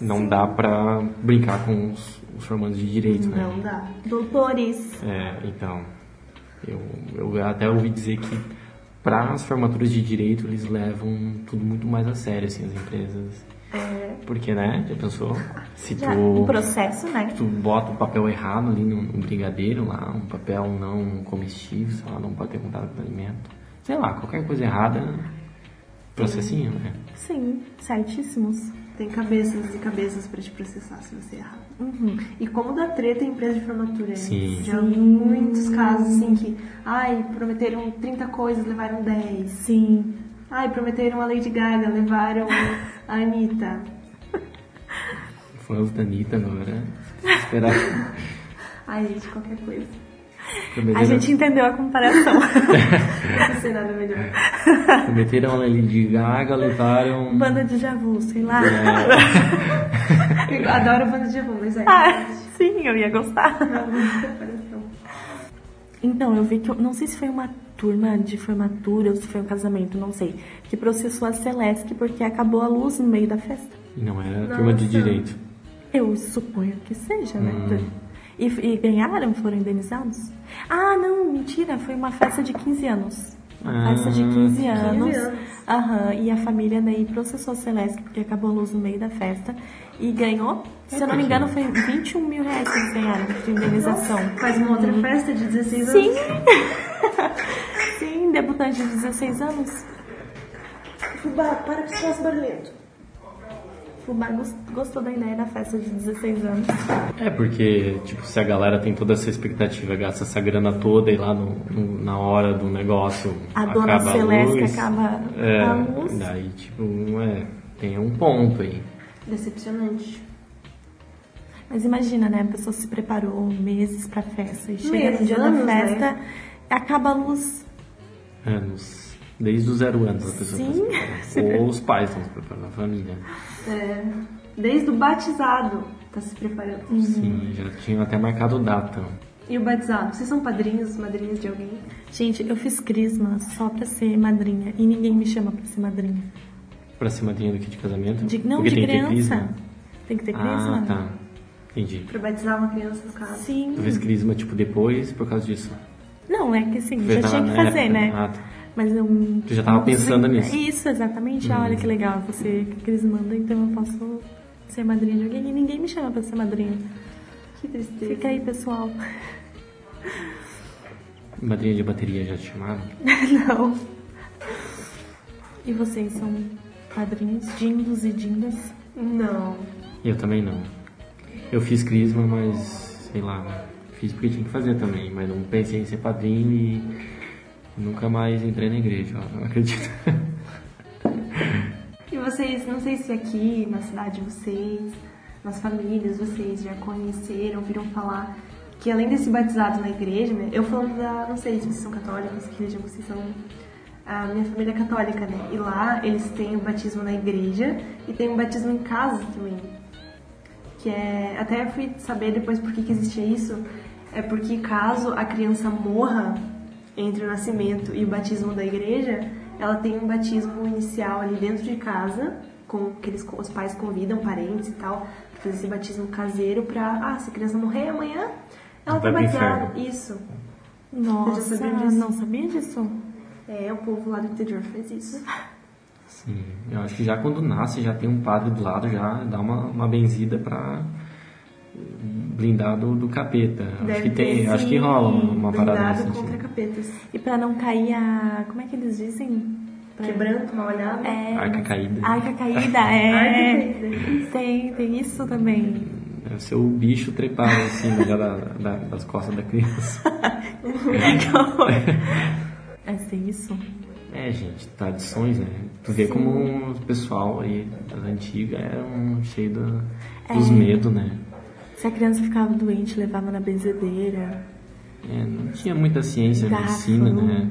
S3: não dá pra brincar com os, os formandos de direito, né?
S1: Não dá.
S2: Doutores!
S3: É, então. Eu, eu até ouvi dizer que para as formaturas de direito eles levam tudo muito mais a sério, assim, as empresas. Porque, né? Já pensou? Se
S2: é, Já,
S3: tu,
S2: um processo, né?
S3: tu bota um papel errado ali num, num brigadeiro lá, um papel não comestível, sei lá, não pode ter contato com alimento. Sei lá, qualquer coisa errada, processinho, né?
S2: Sim, certíssimos.
S1: Tem cabeças e cabeças pra te processar se você errar.
S2: Uhum.
S1: E como dá treta em empresa de formatura, né?
S3: Sim.
S1: Já ouvi muitos casos assim que, ai, prometeram 30 coisas, levaram 10.
S2: Sim.
S1: Ai, prometeram a Lady Gaga, levaram a Anitta.
S3: Fãs da Anitta agora. Esperar.
S1: Ai, gente, qualquer coisa.
S2: A
S3: Prometeram-
S2: gente entendeu a comparação.
S1: Não sei nada é melhor.
S3: Prometeram a Lady Gaga, levaram.
S2: Banda de Javu, sei lá.
S3: É.
S1: Eu adoro banda de rumo, mas é.
S2: Ah, sim, eu ia gostar.
S1: Não, não tem comparação.
S2: Então, eu vi que. eu- não sei se foi uma turma de formatura ou se foi um casamento, não sei. Que processou a Celesc porque acabou a luz no meio da festa.
S3: E não era a turma de
S1: Nossa.
S3: direito.
S2: Eu suponho que seja, né?
S3: Hum.
S2: E, e ganharam? Foram indenizados? Ah, não, mentira, foi uma festa de 15 anos. Uma
S3: Ah,
S2: festa de 15
S3: 15
S2: anos.
S1: anos.
S2: Aham, e a família daí processou a Celeste porque acabou a luz no meio da festa e ganhou, se eu não me engano, foi 21 mil reais que eles ganharam de indenização.
S1: Faz uma outra festa de 16
S2: Sim!
S1: anos.
S2: Sim, debutante de 16 anos.
S1: Fubá, para que você faça barulhento.
S2: Fubá gos- gostou da ideia da festa de 16 anos.
S3: É porque, tipo, se a galera tem toda essa expectativa, gasta essa grana toda e lá no, no- na hora do negócio
S2: A
S3: acaba
S2: dona Celeste
S3: a luz,
S2: acaba
S3: é,
S2: a luz.
S3: Daí, tipo, é, tem um ponto aí.
S1: Decepcionante.
S2: Mas imagina, né? A pessoa se preparou meses pra festa e chega
S1: Meses,
S2: no dia da
S1: anos, né?
S2: festa, acaba a luz.
S3: Anos. É, Desde os zero anos a pessoa
S2: Sim.
S3: tá se preparando. Ou os pais estão se preparando, a família.
S1: É, desde o batizado tá se preparando.
S2: Uhum.
S3: Sim, já tinham até marcado data.
S1: E o batizado? Vocês são padrinhos, madrinhas de alguém?
S2: Gente, eu fiz crisma só pra ser madrinha e ninguém me chama pra ser madrinha.
S3: Pra ser madrinha do que de casamento?
S2: De- não,
S3: Porque
S2: de
S3: tem que ter
S2: criança.
S3: crisma.
S2: Tem que ter crisma?
S3: Ah, tá. Entendi.
S1: Pra batizar uma criança no caso?
S2: Sim.
S3: Tu fez crisma, tipo, depois por causa disso.
S2: Não, é que assim,
S3: Fez
S2: já
S3: na-
S2: tinha que
S3: na
S2: fazer,
S3: época.
S2: né?
S3: Ah, tá.
S2: Mas eu.
S3: Tu já tava pensando nisso. Hum.
S2: Isso, exatamente. Ah, Olha que legal, você que eles mandam, então eu posso ser madrinha de alguém e ninguém me chama pra ser madrinha.
S1: Que tristeza.
S2: Fica aí, pessoal.
S3: Madrinha de bateria já te chamaram?
S2: Não. E vocês são padrinhos, dindos e dindas?
S1: Não.
S3: Eu também não. Eu fiz crisma, mas sei lá, fiz porque tinha que fazer também, mas não pensei em ser padrinho e nunca mais entrei na igreja, ó, não acredito.
S1: E vocês, não sei se aqui na cidade de vocês, nas famílias, vocês já conheceram, viram falar que além desse batizado na igreja, né? Eu falando da, não sei se vocês são católicos, que religião vocês são. A minha família é católica, né? E lá eles têm o batismo na igreja e tem o batismo em casa também. Que é. Até eu fui saber depois por que, que existia isso. É porque caso a criança morra entre o nascimento e o batismo da igreja, ela tem um batismo inicial ali dentro de casa, com que eles, os pais convidam parentes e tal, pra fazer esse batismo caseiro pra. Ah, se a criança morrer amanhã, ela tá
S3: Vai pro
S1: batizada.
S3: inferno.
S1: Isso.
S2: Nossa,
S1: sabia disso.
S2: não sabia disso?
S1: É, o povo lá do interior faz isso.
S3: Sim, eu acho que já quando nasce já tem um padre do lado, já dá uma, uma benzida pra blindar do, do capeta. acho
S1: Deve
S3: que tem,
S1: ter,
S3: acho que
S1: sim,
S3: rola uma parada assim,
S1: Blindado
S3: nesse
S1: contra
S3: sentido.
S1: capetas.
S2: E pra não cair a. Como é que eles dizem? Pra-
S1: Quebranto, mal olhado.
S2: É.
S3: Arca caída.
S2: Arca caída, é.
S1: Arca caída.
S2: Tem, tem isso também.
S3: Deve ser É o bicho trepado em cima já da- da- das costas da criança.
S2: Que horror. Mas tem isso?
S3: É, gente, tradições, né? Tu vê como o pessoal aí das antigas era um cheio da- dos
S2: É.
S3: medos, né?
S2: Se a criança ficava doente, levava na benzedeira.
S3: É, não tinha muita ciência,
S2: Garfo.
S3: medicina, né?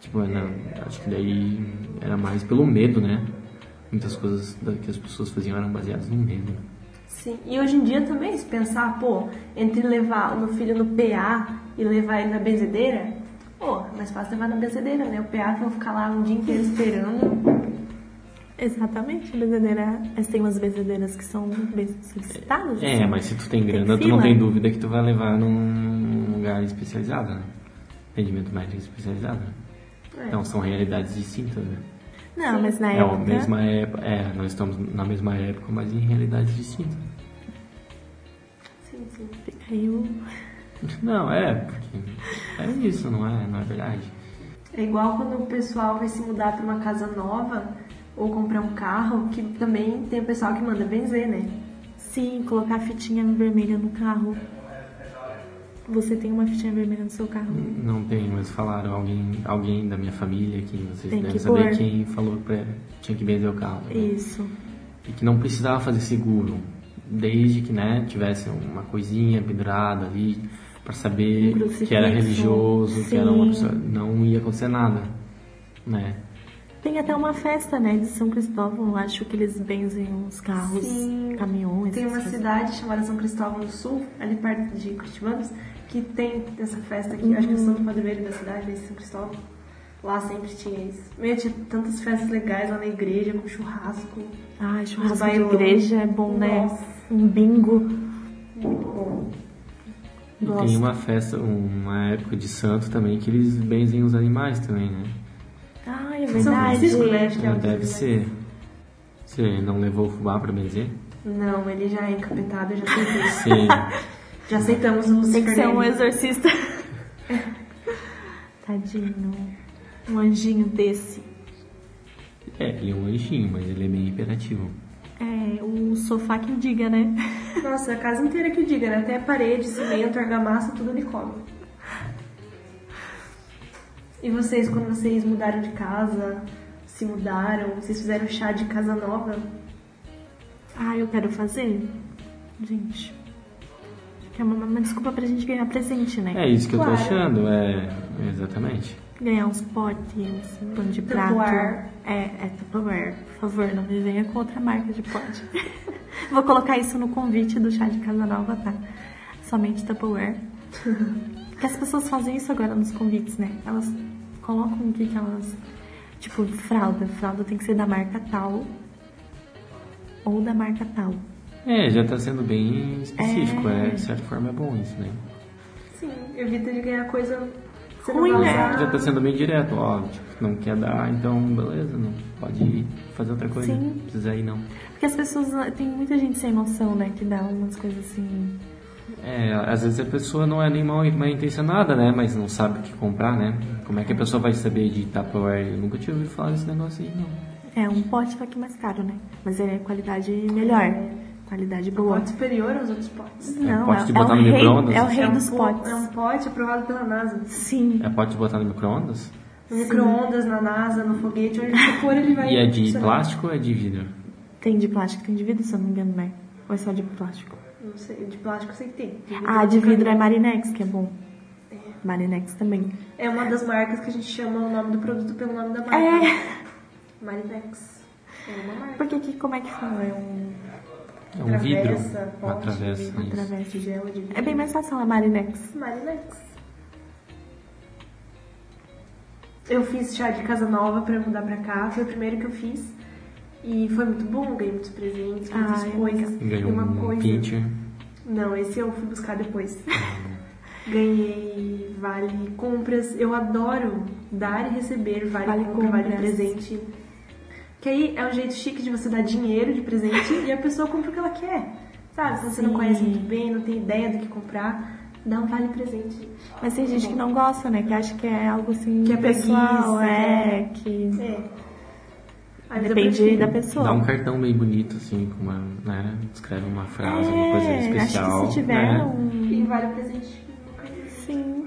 S3: Tipo, era, acho que daí era mais pelo medo, né? Muitas coisas da- que as pessoas faziam eram baseadas no medo.
S1: Sim, e hoje em dia também, se pensar, pô, entre levar o meu filho no PA e levar ele na benzedeira, pô, é mais fácil levar na benzedeira, né? O PA que eu vou ficar lá um dia inteiro esperando.
S2: Exatamente, benzedeira. Mas tem umas benzedeiras que são bem solicitadas.
S3: É,
S2: assim.
S3: mas se tu tem grana, tu
S2: fila.
S3: não tem dúvida que tu vai levar num lugar especializado, né? Atendimento médico especializado. né?
S1: É.
S3: Então, são realidades distintas, né?
S2: Não, mas na
S3: É
S2: época.
S3: a mesma época, é, nós estamos na mesma época, mas em realidades distintas.
S1: Sim, sim.
S2: Fica aí o.
S3: Não, é, porque é isso, não é, não é verdade.
S1: É igual quando o pessoal vai se mudar pra uma casa nova ou comprar um carro, que também tem o pessoal que manda benzer, né?
S2: Sim, colocar a fitinha vermelha no carro. Você tem uma fitinha vermelha no seu carro?
S3: Não tem, mas falaram alguém, alguém da minha família que vocês
S2: Tem
S3: devem
S2: que
S3: saber
S2: pôr.
S3: quem falou que pra- tinha que benzer o carro. né?
S2: Isso.
S3: E que não precisava fazer seguro, desde que né, tivesse uma coisinha pendurada ali pra saber
S2: Um crucifixo.
S3: que era religioso, que era uma
S2: Sim.
S3: pessoa. Não ia acontecer nada, né?
S2: Tem até uma festa, né, de São Cristóvão. Acho que eles benzem os carros,
S1: Sim.
S2: caminhões.
S1: Tem uma
S2: essas coisas.
S1: cidade chamada São Cristóvão do Sul, ali perto de Curitibanos, que tem essa festa aqui. Acho que eu sou do padroeiro da cidade, né, São Cristóvão. Lá sempre tinha isso. Meu, tinha tantas festas legais lá na igreja, com churrasco.
S2: Ai,
S1: Os
S2: churrasco de
S1: bailão.
S2: igreja é bom, né?
S1: Nossa.
S2: Um bingo.
S1: Muito bom.
S3: E
S2: Gosto.
S3: tem uma festa, uma época de santo também, que eles benzem os animais também, né?
S2: Ai, é
S1: São
S2: verdade.
S1: Francisco, né? Acho que é
S3: Ah,
S1: o
S3: deve
S1: nome, né?
S3: ser. Você não levou o fubá pra benzer?
S1: Não, ele já é encapetado, eu já aceitei.
S3: Sim.
S1: já aceitamos o Lúcifer
S2: Tem que ser um
S1: nele.
S2: exorcista. Tadinho. Um anjinho desse.
S3: é, ele é um anjinho, mas ele é bem imperativo.
S2: É, o sofá que o diga, né?
S1: Nossa, a casa inteira que eu diga, né? Até a parede, cimento, argamassa, tudo ele come. E vocês, quando vocês mudaram de casa, se mudaram, vocês fizeram chá de casa nova?
S2: Ah, eu quero fazer. Gente. Que é uma, uma desculpa pra gente ganhar presente, né?
S3: É isso que eu
S1: Claro.
S3: tô achando, é. Exatamente.
S2: ganhar uns potes, uns pano de prato.
S1: Tupperware.
S2: É, é Tupperware. Por favor, não me venha com outra marca de pote. Vou colocar isso no convite do chá de casa nova, tá? Somente Tupperware. que as pessoas fazem isso agora nos convites, né? Elas colocam o que que elas... Tipo, fralda. Fralda tem que ser da marca tal ou da marca tal.
S3: É, já tá sendo bem específico,
S2: É.
S3: é, de certa forma é bom isso, né?
S1: Sim, evita de ganhar coisa que você
S2: Ruim,
S1: não vai
S2: né?
S1: usar.
S3: Já tá sendo bem direto, ó, tipo, não quer dar, então beleza, não pode ir fazer outra coisa,
S2: Sim.
S3: não precisa ir não.
S2: Porque as pessoas... Tem muita gente sem noção, né? Que dá umas coisas assim...
S3: É, às vezes a pessoa não é nem mal, mal intencionada, né? Mas não sabe o que comprar, né? Como é que a pessoa vai saber de Tupperware? Eu nunca tinha ouvido falar desse negócio aí, não.
S2: É, um pote só que mais caro, né? Mas ele é qualidade melhor. Qualidade
S1: Um
S2: boa.
S1: pote superior aos outros potes.
S3: É um
S2: Não,
S3: pote
S2: é,
S3: de assim.
S2: é
S3: botar
S2: o
S3: no
S2: rei,
S3: micro-ondas?
S2: é o rei
S1: É um
S2: dos
S1: po-
S2: potes.
S1: É um pote aprovado pela NASA.
S2: Sim.
S3: É pode botar no micro-ondas?
S1: No micro-ondas, na NASA, no foguete, onde você for ele vai...
S3: E é de
S1: funcionar.
S3: plástico ou é de vidro?
S2: Tem de plástico, tem de vidro, se eu não me engano, né? Ou é só de plástico?
S1: Não sei, de plástico eu sei que tem.
S2: Ah, de vidro é Marinex, que é bom. Marinex também.
S1: É uma das marcas que a gente chama o nome do produto pelo nome da marca.
S2: É.
S1: Marinex. É uma marca.
S2: Porque aqui, como é que fala? É um...
S3: É um vidro?
S1: Travessa,
S3: Uma
S1: pote,
S3: travessa,
S1: vidro.
S3: isso.
S2: Travessa.
S1: Tigela de vidro.
S2: É bem mais fácil falar Marinex.
S1: Marinex. Eu fiz chá de casa nova pra mudar pra cá, foi o primeiro que eu fiz. E foi muito bom, ganhei muitos presentes, muitas
S2: Ah, é
S1: coisas.
S3: Ganhou
S1: E uma
S3: um
S1: coisa.
S3: pincher.
S1: Não, esse eu fui buscar depois. Ganhei vale compras. Eu adoro dar e receber vale,
S2: Vale
S1: compra, vale
S2: compras.
S1: presente. Que aí é um jeito chique de você dar dinheiro de presente e a pessoa compra o que ela quer. Sabe? Se você não
S2: Sim.
S1: conhece muito bem, não tem ideia do que comprar, dá um vale presente.
S2: Mas tem gente que não gosta, né? Que acha que é algo assim...
S1: Que é
S2: pessoal,
S1: preguiça,
S2: é, que...
S1: É. Aí, mas é eu
S2: Depende
S1: prefiro.
S2: da pessoa.
S3: Dá um cartão bem bonito, assim, com uma, né? Escreve uma frase, uma coisa
S2: É,
S3: especial.
S2: Acho que se tiver
S3: né?
S2: um...
S1: E vale presente. nunca vi.
S2: Sim.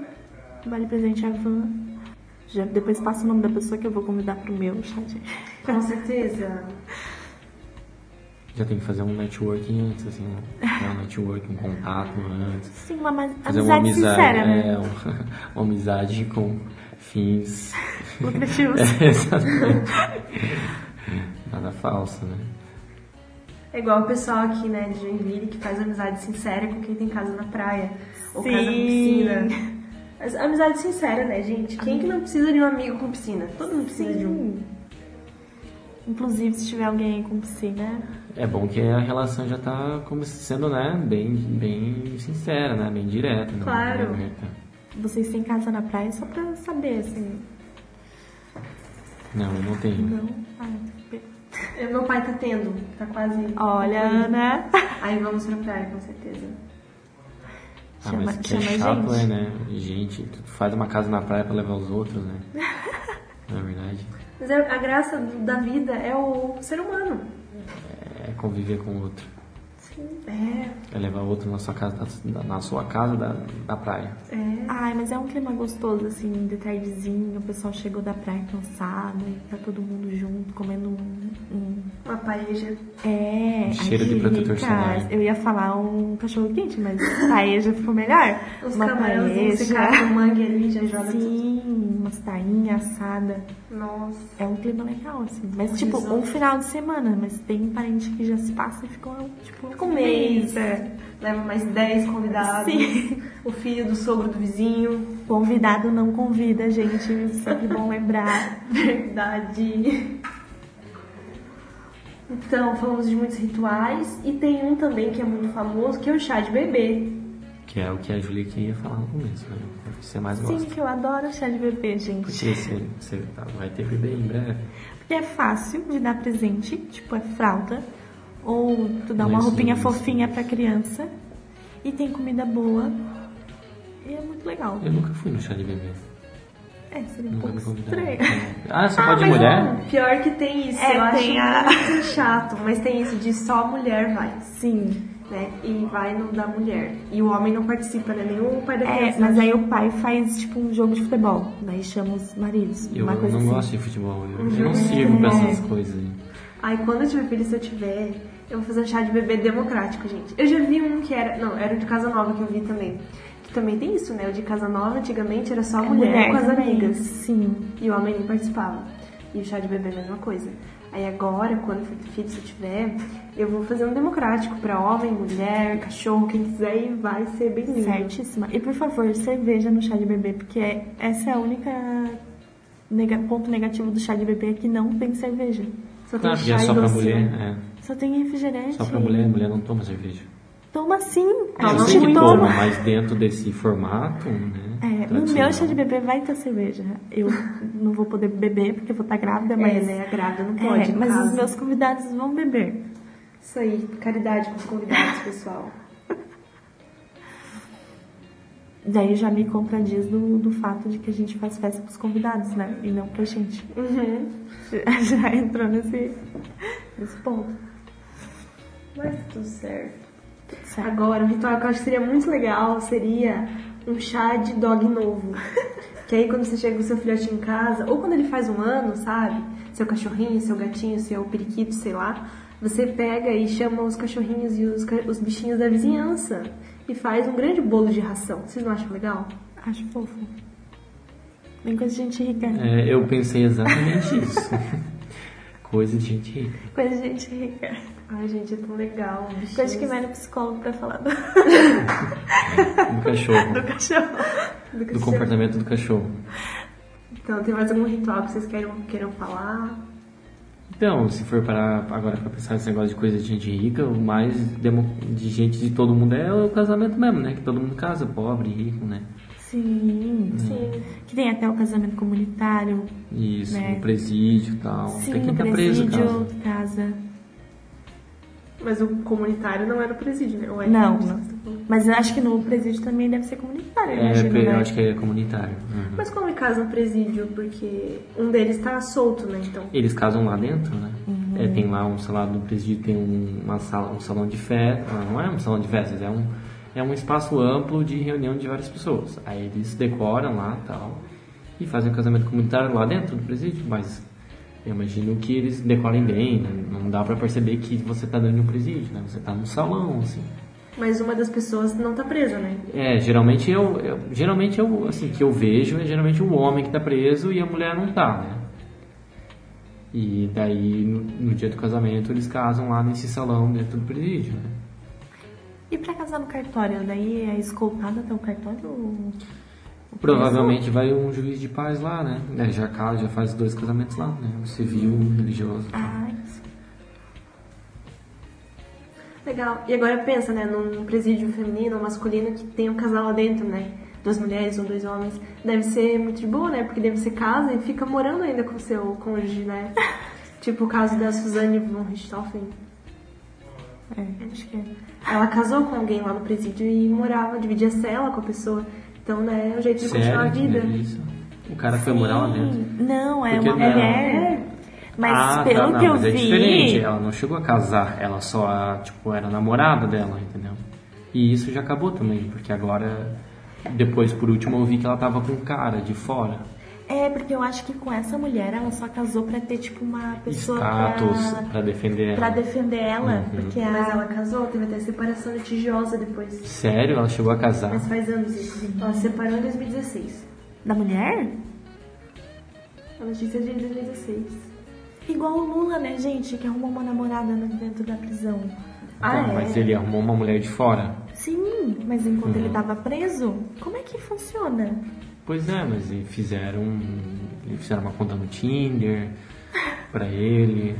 S2: Vale presente a van. Já, depois passa o nome da pessoa que eu vou convidar pro meu chá de...
S1: Com certeza.
S3: Já tem que fazer um networking antes, assim, né? É um networking, um contato antes.
S2: Sim, uma mais-
S3: Fazer
S2: amizade,
S3: uma amizade.
S2: sincera, né?
S3: é, um- uma amizade com fins.
S2: Lucrativos.
S3: É, exatamente. Nada falso, né?
S1: É igual o pessoal aqui, né, de Joinville, que faz amizade sincera com quem tem casa na praia. Ou casa com
S2: Sim.
S1: piscina. Mas amizade sincera, né, gente? Quem que não precisa de um amigo com piscina? Todo mundo precisa de um.
S2: Sim. Inclusive, se tiver alguém aí com né? piscina...
S3: É bom que a relação já tá como sendo, né, bem, bem sincera, né? Bem direta. não é
S1: Claro.
S3: aberta.
S2: Vocês têm casa na praia só pra saber, assim...
S3: Não, eu não tenho.
S2: Não... Ah,
S1: É, Meu pai tá tendo, tá quase.
S2: Olha, né? Ana...
S1: Aí vamos pra praia, com certeza.
S3: Ah,
S2: Chama-
S3: mas que é
S2: chama a
S3: chato,
S2: gente.
S3: é, né? Gente, tu faz uma casa na praia pra levar os outros, né? Na verdade,
S1: Mas é- a graça do- da vida é o ser humano.
S3: é conviver com o outro.
S1: É,
S3: É levar o outro na sua casa, da- na sua casa da, da praia.
S1: é.
S2: Ai, mas é um clima gostoso, assim, de tardezinho, o pessoal chegou da praia cansado e tá todo mundo junto, comendo um- um
S1: Uma paeja.
S2: É,
S3: Cheiro
S2: ai,
S3: de
S2: que
S3: protetor
S2: rica.
S3: solar.
S2: Eu ia falar um cachorro quente, mas paeja ficou melhor.
S1: Os
S2: uma
S1: camarãozinhos
S2: paeja.
S1: secaram no um mangue ali, já joga tudo.
S2: Sim, uma tainha assada.
S1: Nossa.
S2: É um clima legal, assim. Mas,
S1: Um
S2: tipo,
S1: risoto.
S2: um final de semana. Mas tem parente que já se passa e ficou, tipo,
S1: Fica um mês, é. leva mais 10 convidados,
S2: Sim.
S1: o filho do sogro do vizinho,
S2: Convidado não convida, gente. Sempre bom lembrar.
S1: verdade. Então, falamos de muitos rituais e tem um também que é muito famoso, que é o chá de bebê.
S3: Que é o que a Julia queria falar no começo, né? É o que Você mais
S2: Sim,
S3: gosta.
S2: que eu adoro chá de bebê, gente.
S3: Porque você, você tá- vai ter bebê em breve.
S2: Porque é fácil de dar presente, tipo, é fralda. Ou tu dá uma
S3: Lenço,
S2: roupinha
S3: lenço.
S2: fofinha pra criança. E tem comida boa. E é muito legal.
S3: Eu nunca fui no chá de bebê.
S2: É, seria um
S3: Nunca
S2: pouco
S3: me convidaram.
S2: estranho.
S3: Ah, só
S1: Ah,
S3: pode
S1: mas
S3: mulher?
S1: não, pior que tem isso,
S2: É,
S1: eu
S2: tem
S1: acho
S2: a-
S1: muito chato, mas tem isso de só mulher vai,
S2: Sim.
S1: né? E vai no da mulher. E o homem não participa, né? Nenhum pai da
S2: É,
S1: criança.
S2: mas aí o pai faz, tipo, um jogo de futebol. Daí chama os maridos.
S3: Eu
S2: uma coisa
S3: não
S2: assim. É.
S3: gosto de futebol. Eu, eu não sirvo pra essas coisas. aí.
S1: Ai, quando eu tiver filho, se eu tiver, eu vou fazer um chá de bebê democrático, gente. Eu já vi um que era. Não, era o de Casa Nova que eu vi também. Que Também tem isso, né? O de Casa Nova antigamente era só a mulher, É, com as
S2: também.
S1: amigas.
S2: Sim.
S1: E o homem nem participava. E o chá de bebê é a mesma coisa. Aí agora, quando for filho, se eu tiver, eu vou fazer um democrático pra homem, mulher, cachorro, quem quiser e vai ser bem lindo.
S2: Certíssima. E por favor, cerveja no chá de bebê, porque essa é a única nega- ponto negativo do chá de bebê é que não tem cerveja.
S1: Só tem
S3: Claro, porque
S1: chá
S3: é
S1: e
S3: só
S2: né?
S3: pra
S1: docinho.
S3: mulher, é.
S2: Só tem refrigerante.
S3: Só pra mulher, É, tipo, mulher não toma cerveja.
S2: Toma sim.
S1: Toma
S3: eu
S2: a
S3: sei
S2: gente
S3: que
S1: muito.
S2: toma.
S3: toma, mas dentro desse formato, né?
S2: É, no
S3: tradicional.
S2: meu chá de bebê vai ter cerveja. Eu não vou poder beber porque eu vou estar grávida,
S1: Mas,
S2: mas.
S1: né, a grávida não
S2: É,
S1: pode, no
S2: mas
S1: caso.
S2: os meus convidados vão beber.
S1: Isso aí, caridade com os convidados, pessoal.
S2: Daí já me contradiz do, do fato de que a gente faz festa pros convidados, né? E não pra gente.
S1: Uhum.
S2: Já entrou nesse, nesse ponto.
S1: Mas tudo certo.
S2: Certo.
S1: Agora, um ritual que eu acho que seria muito legal seria um chá de dog novo. que aí quando você chega com seu filhote em casa, ou quando ele faz um ano, sabe? Seu cachorrinho, seu gatinho, seu periquito, sei lá. Você pega e chama os cachorrinhos e os, ca- os bichinhos da vizinhança. E faz um grande bolo de ração. Vocês não acham legal?
S2: Acho fofo. Bem coisa de gente rica.
S3: É, eu pensei exatamente isso. Coisa de gente rica.
S2: Coisa de gente rica.
S1: Ai, gente, é tão legal.
S2: Coisa que
S1: bichinhos
S2: vai no psicólogo pra falar do,
S3: Do cachorro.
S2: do cachorro.
S1: do
S3: do
S1: cachorro.
S3: comportamento do cachorro.
S1: Então, tem mais algum ritual que vocês queiram, queiram falar?
S3: Então, se for parar agora pra pensar nesse negócio de coisa de gente rica, o mais demo- de gente de todo mundo é o casamento mesmo, né? Que todo mundo casa, pobre, rico, né? Uhum.
S2: Sim.
S1: Sim.
S2: Que tem até o casamento comunitário.
S3: Isso,
S2: Né?
S3: no presídio e tal.
S2: Sim,
S3: Tem quem
S2: no
S3: tá preso,
S2: presídio,
S3: casa.
S2: casa.
S1: Mas o comunitário não era o presídio, né? Ou era
S2: Não,
S1: Você tá
S2: não.
S1: falando?
S2: Mas eu acho que no presídio também deve ser comunitário, eu
S3: É,
S2: imagino,
S3: pre- eu
S2: né?
S3: acho que é comunitário. Uhum.
S1: Mas como é casa no presídio? Porque um deles tá solto, né? Então.
S3: Eles casam lá dentro, né? É, tem lá um, sei lá, no presídio tem um, uma sala, um salão de festas. Não é um salão de festas, é um, é um espaço amplo de reunião de várias pessoas. Aí eles decoram lá e tal. E fazem um casamento comunitário lá dentro do presídio, mas eu imagino que eles decorem bem, né? Não dá pra perceber que você tá dentro de um presídio, né? Você tá num salão, assim.
S1: Mas uma das pessoas não tá presa, né?
S3: É, geralmente eu, eu- geralmente eu, assim, que eu vejo é geralmente o homem que tá preso e a mulher não tá, né? E daí no, no dia do casamento eles casam lá nesse salão dentro do presídio, né?
S2: E pra casar no cartório, daí é escoltado até o cartório? ou-
S3: Provavelmente vai um juiz de paz lá, né? Daí já casa, já faz dois casamentos lá, né? O civil, o religioso.
S2: Ah, isso.
S1: Legal. E agora pensa, né? Num presídio feminino ou masculino que tem um casal lá dentro, né? Duas mulheres ou dois homens. Deve ser muito de boa, né? Porque deve ser casa e fica morando ainda com o seu cônjuge, né? tipo o caso da Suzane von Richthofen.
S2: É, acho que é.
S1: Ela casou com alguém lá no presídio e morava, dividia cela com a pessoa. Então, né, é o jeito de continuar a vida.
S3: né? Isso. O cara foi morar lá dentro.
S2: Não, é
S3: Porque
S2: uma
S3: não- um-
S2: mulher. Mas
S3: ah, tá,
S2: pelo
S3: não,
S2: que eu
S3: mas é
S2: vi.
S3: diferente. Ela não chegou a casar, ela só, tipo, era namorada dela, entendeu? E isso já acabou também, porque agora, depois, por último, eu vi que ela tava com um cara de fora.
S2: É, porque eu acho que com essa mulher ela só casou pra ter, tipo, uma pessoa.
S3: Status, Uhum. pra,
S2: pra,
S3: defender
S2: pra
S3: ela.
S2: defender ela. Porque a.
S1: Mas ela casou, teve até separação litigiosa depois.
S3: Sério? Ela chegou a casar?
S1: Mas faz anos isso. Então, Ela se separou em 2016.
S2: Da mulher?
S1: A notícia é de 2016.
S2: Igual o Lula, né, gente? Que arrumou uma namorada no- dentro da prisão.
S1: Ah,
S3: Então,
S1: é?
S3: Mas Uhum. ele arrumou uma mulher de fora.
S2: Sim, mas enquanto ele tava preso, como é que funciona?
S3: Pois é, mas e fizeram, e fizeram uma conta no Tinder pra ele.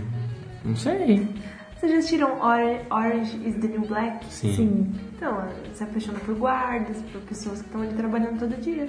S3: Não sei.
S1: Vocês já assistiram Or- Orange is the New Black?
S3: Sim.
S1: Então, ela se apaixona por guardas, por pessoas que estão ali trabalhando todo dia.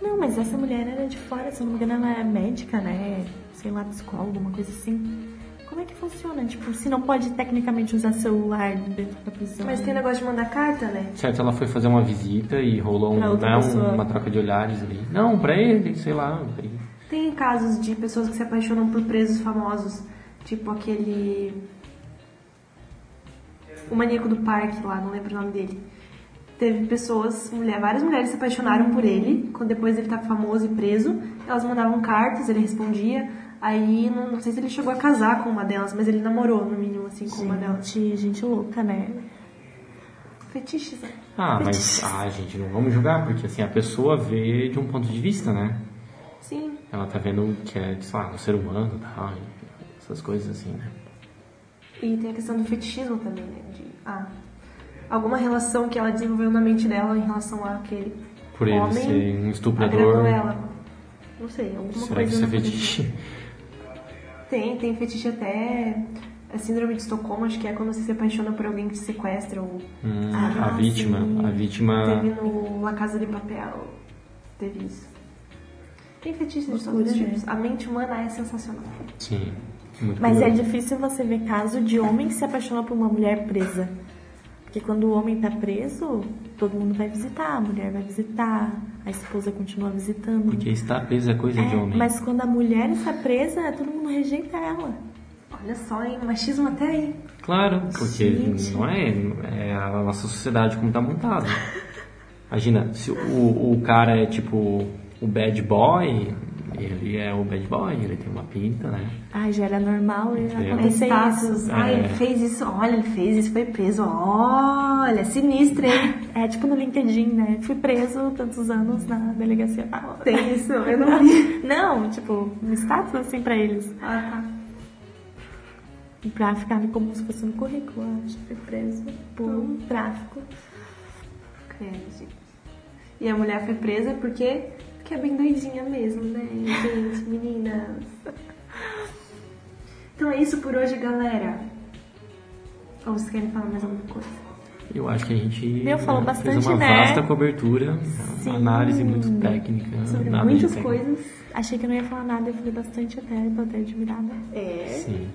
S2: Não, mas essa mulher era de fora, se eu não me engano, ela é médica, né? Sei lá, psicóloga, uma coisa assim. Como é que funciona? Tipo, se não pode tecnicamente usar celular dentro da prisão.
S1: Mas tem o negócio de mandar carta, né?
S3: Certo, ela foi fazer uma visita e rolou um,
S2: Pra outra
S3: né, um-
S2: pessoa.
S3: uma troca de olhares ali. Não, pra ele, sei lá. pra ele.
S1: Tem casos de pessoas que se apaixonam por presos famosos, tipo aquele. O maníaco do parque lá, não lembro o nome dele. Teve pessoas, mulher, várias mulheres se apaixonaram por ele, quando depois ele tá famoso e preso, elas mandavam cartas, ele respondia. Aí, não, não sei se ele chegou a é casar com uma delas, mas ele namorou, no mínimo, assim, com uma delas.
S2: Gente, gente louca, né?
S1: Fetiches, né?
S3: Ah, mas
S1: Fetiches.
S3: ah, gente, não vamos julgar, porque assim, a pessoa vê de um ponto de vista, né?
S1: Sim.
S3: Ela tá vendo que é, sei lá, um ser humano tal, e essas coisas assim, né?
S1: E tem a questão do fetichismo também, né? De, ah, alguma relação que ela desenvolveu na mente dela em relação àquele
S3: Por ele
S1: homem
S3: ser um
S1: agredou
S3: estuprador.
S1: ela. Não sei, alguma
S3: Será que
S1: coisa.
S3: isso é
S1: na cabeça.
S3: fetiche?
S1: Tem, tem fetiche até. A síndrome de Estocolmo, acho que é quando você se apaixona por alguém que te sequestra ou
S3: Hum,
S2: Ah,
S3: a vítima.
S2: sim.
S3: A vítima.
S1: Teve no La Casa de Papel. Teve isso. Tem fetiches de todos
S2: Loucura,
S1: os
S2: né?
S1: tipos. A mente humana é sensacional.
S3: Sim. Muito
S2: Mas é
S3: curioso.
S2: difícil você ver caso de homem que se apaixona por uma mulher presa. Porque quando o homem tá preso, todo mundo vai visitar, a mulher vai visitar, a esposa continua visitando.
S3: Porque estar preso é coisa de
S2: É,
S3: homem.
S2: mas quando a mulher está presa, todo mundo rejeita ela.
S1: Olha só, hein? Machismo até aí.
S3: Claro, porque
S2: Gente.
S3: não é, é a nossa sociedade como tá montada. Imagina, se o, o cara é tipo o bad boy, ele é o bad boy, ele tem uma pinta, né?
S2: Ai, já era normal e
S3: Entendeu?
S2: acontecer isso.
S1: Status. Ah,
S3: É.
S1: ele fez isso. Olha, ele fez isso. Foi preso. Olha, sinistra, hein?
S2: É tipo no LinkedIn, né? Fui preso tantos anos na delegacia. tal.
S1: Tem isso. Eu não vi.
S2: Não, tipo, um status assim pra eles.
S1: Ah, tá.
S2: Pra ficar como se fosse no currículo, eu acho. Fui preso por tráfico.
S1: Credo, gente. tá. E a mulher foi presa porque... Porque é bem doidinha mesmo, né? Gente, meninas. Então é isso por hoje, galera. Ou vocês querem falar mais alguma coisa?
S3: Eu acho que a gente
S2: Meu, falou
S3: né, fez
S2: bastante,
S3: uma
S2: né?
S3: vasta cobertura,
S2: Sim.
S3: uma análise muito técnica.
S1: Sobre
S3: Hum, nada de
S1: muitas
S3: técnico.
S1: coisas.
S2: Achei que eu não ia falar nada, eu falei bastante até, tô até admirada.
S1: É.
S3: Sim.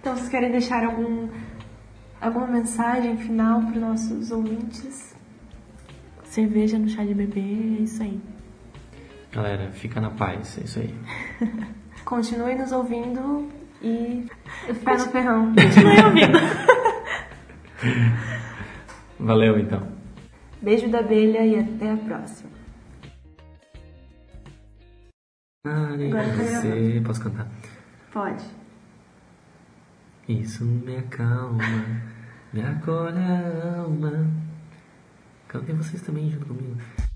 S1: Então, vocês querem deixar algum, alguma mensagem final para nossos ouvintes?
S2: Cerveja no chá de bebê, é isso aí.
S3: Galera, fica na paz, é isso aí.
S1: Continuem nos ouvindo e pé no ferrão.
S3: Valeu então.
S1: Beijo da abelha e até a próxima.
S3: Ah,
S1: Agora tá
S3: você. Posso cantar?
S1: Pode.
S3: Isso me acalma, me acolhe a alma. Cantem vocês também junto comigo.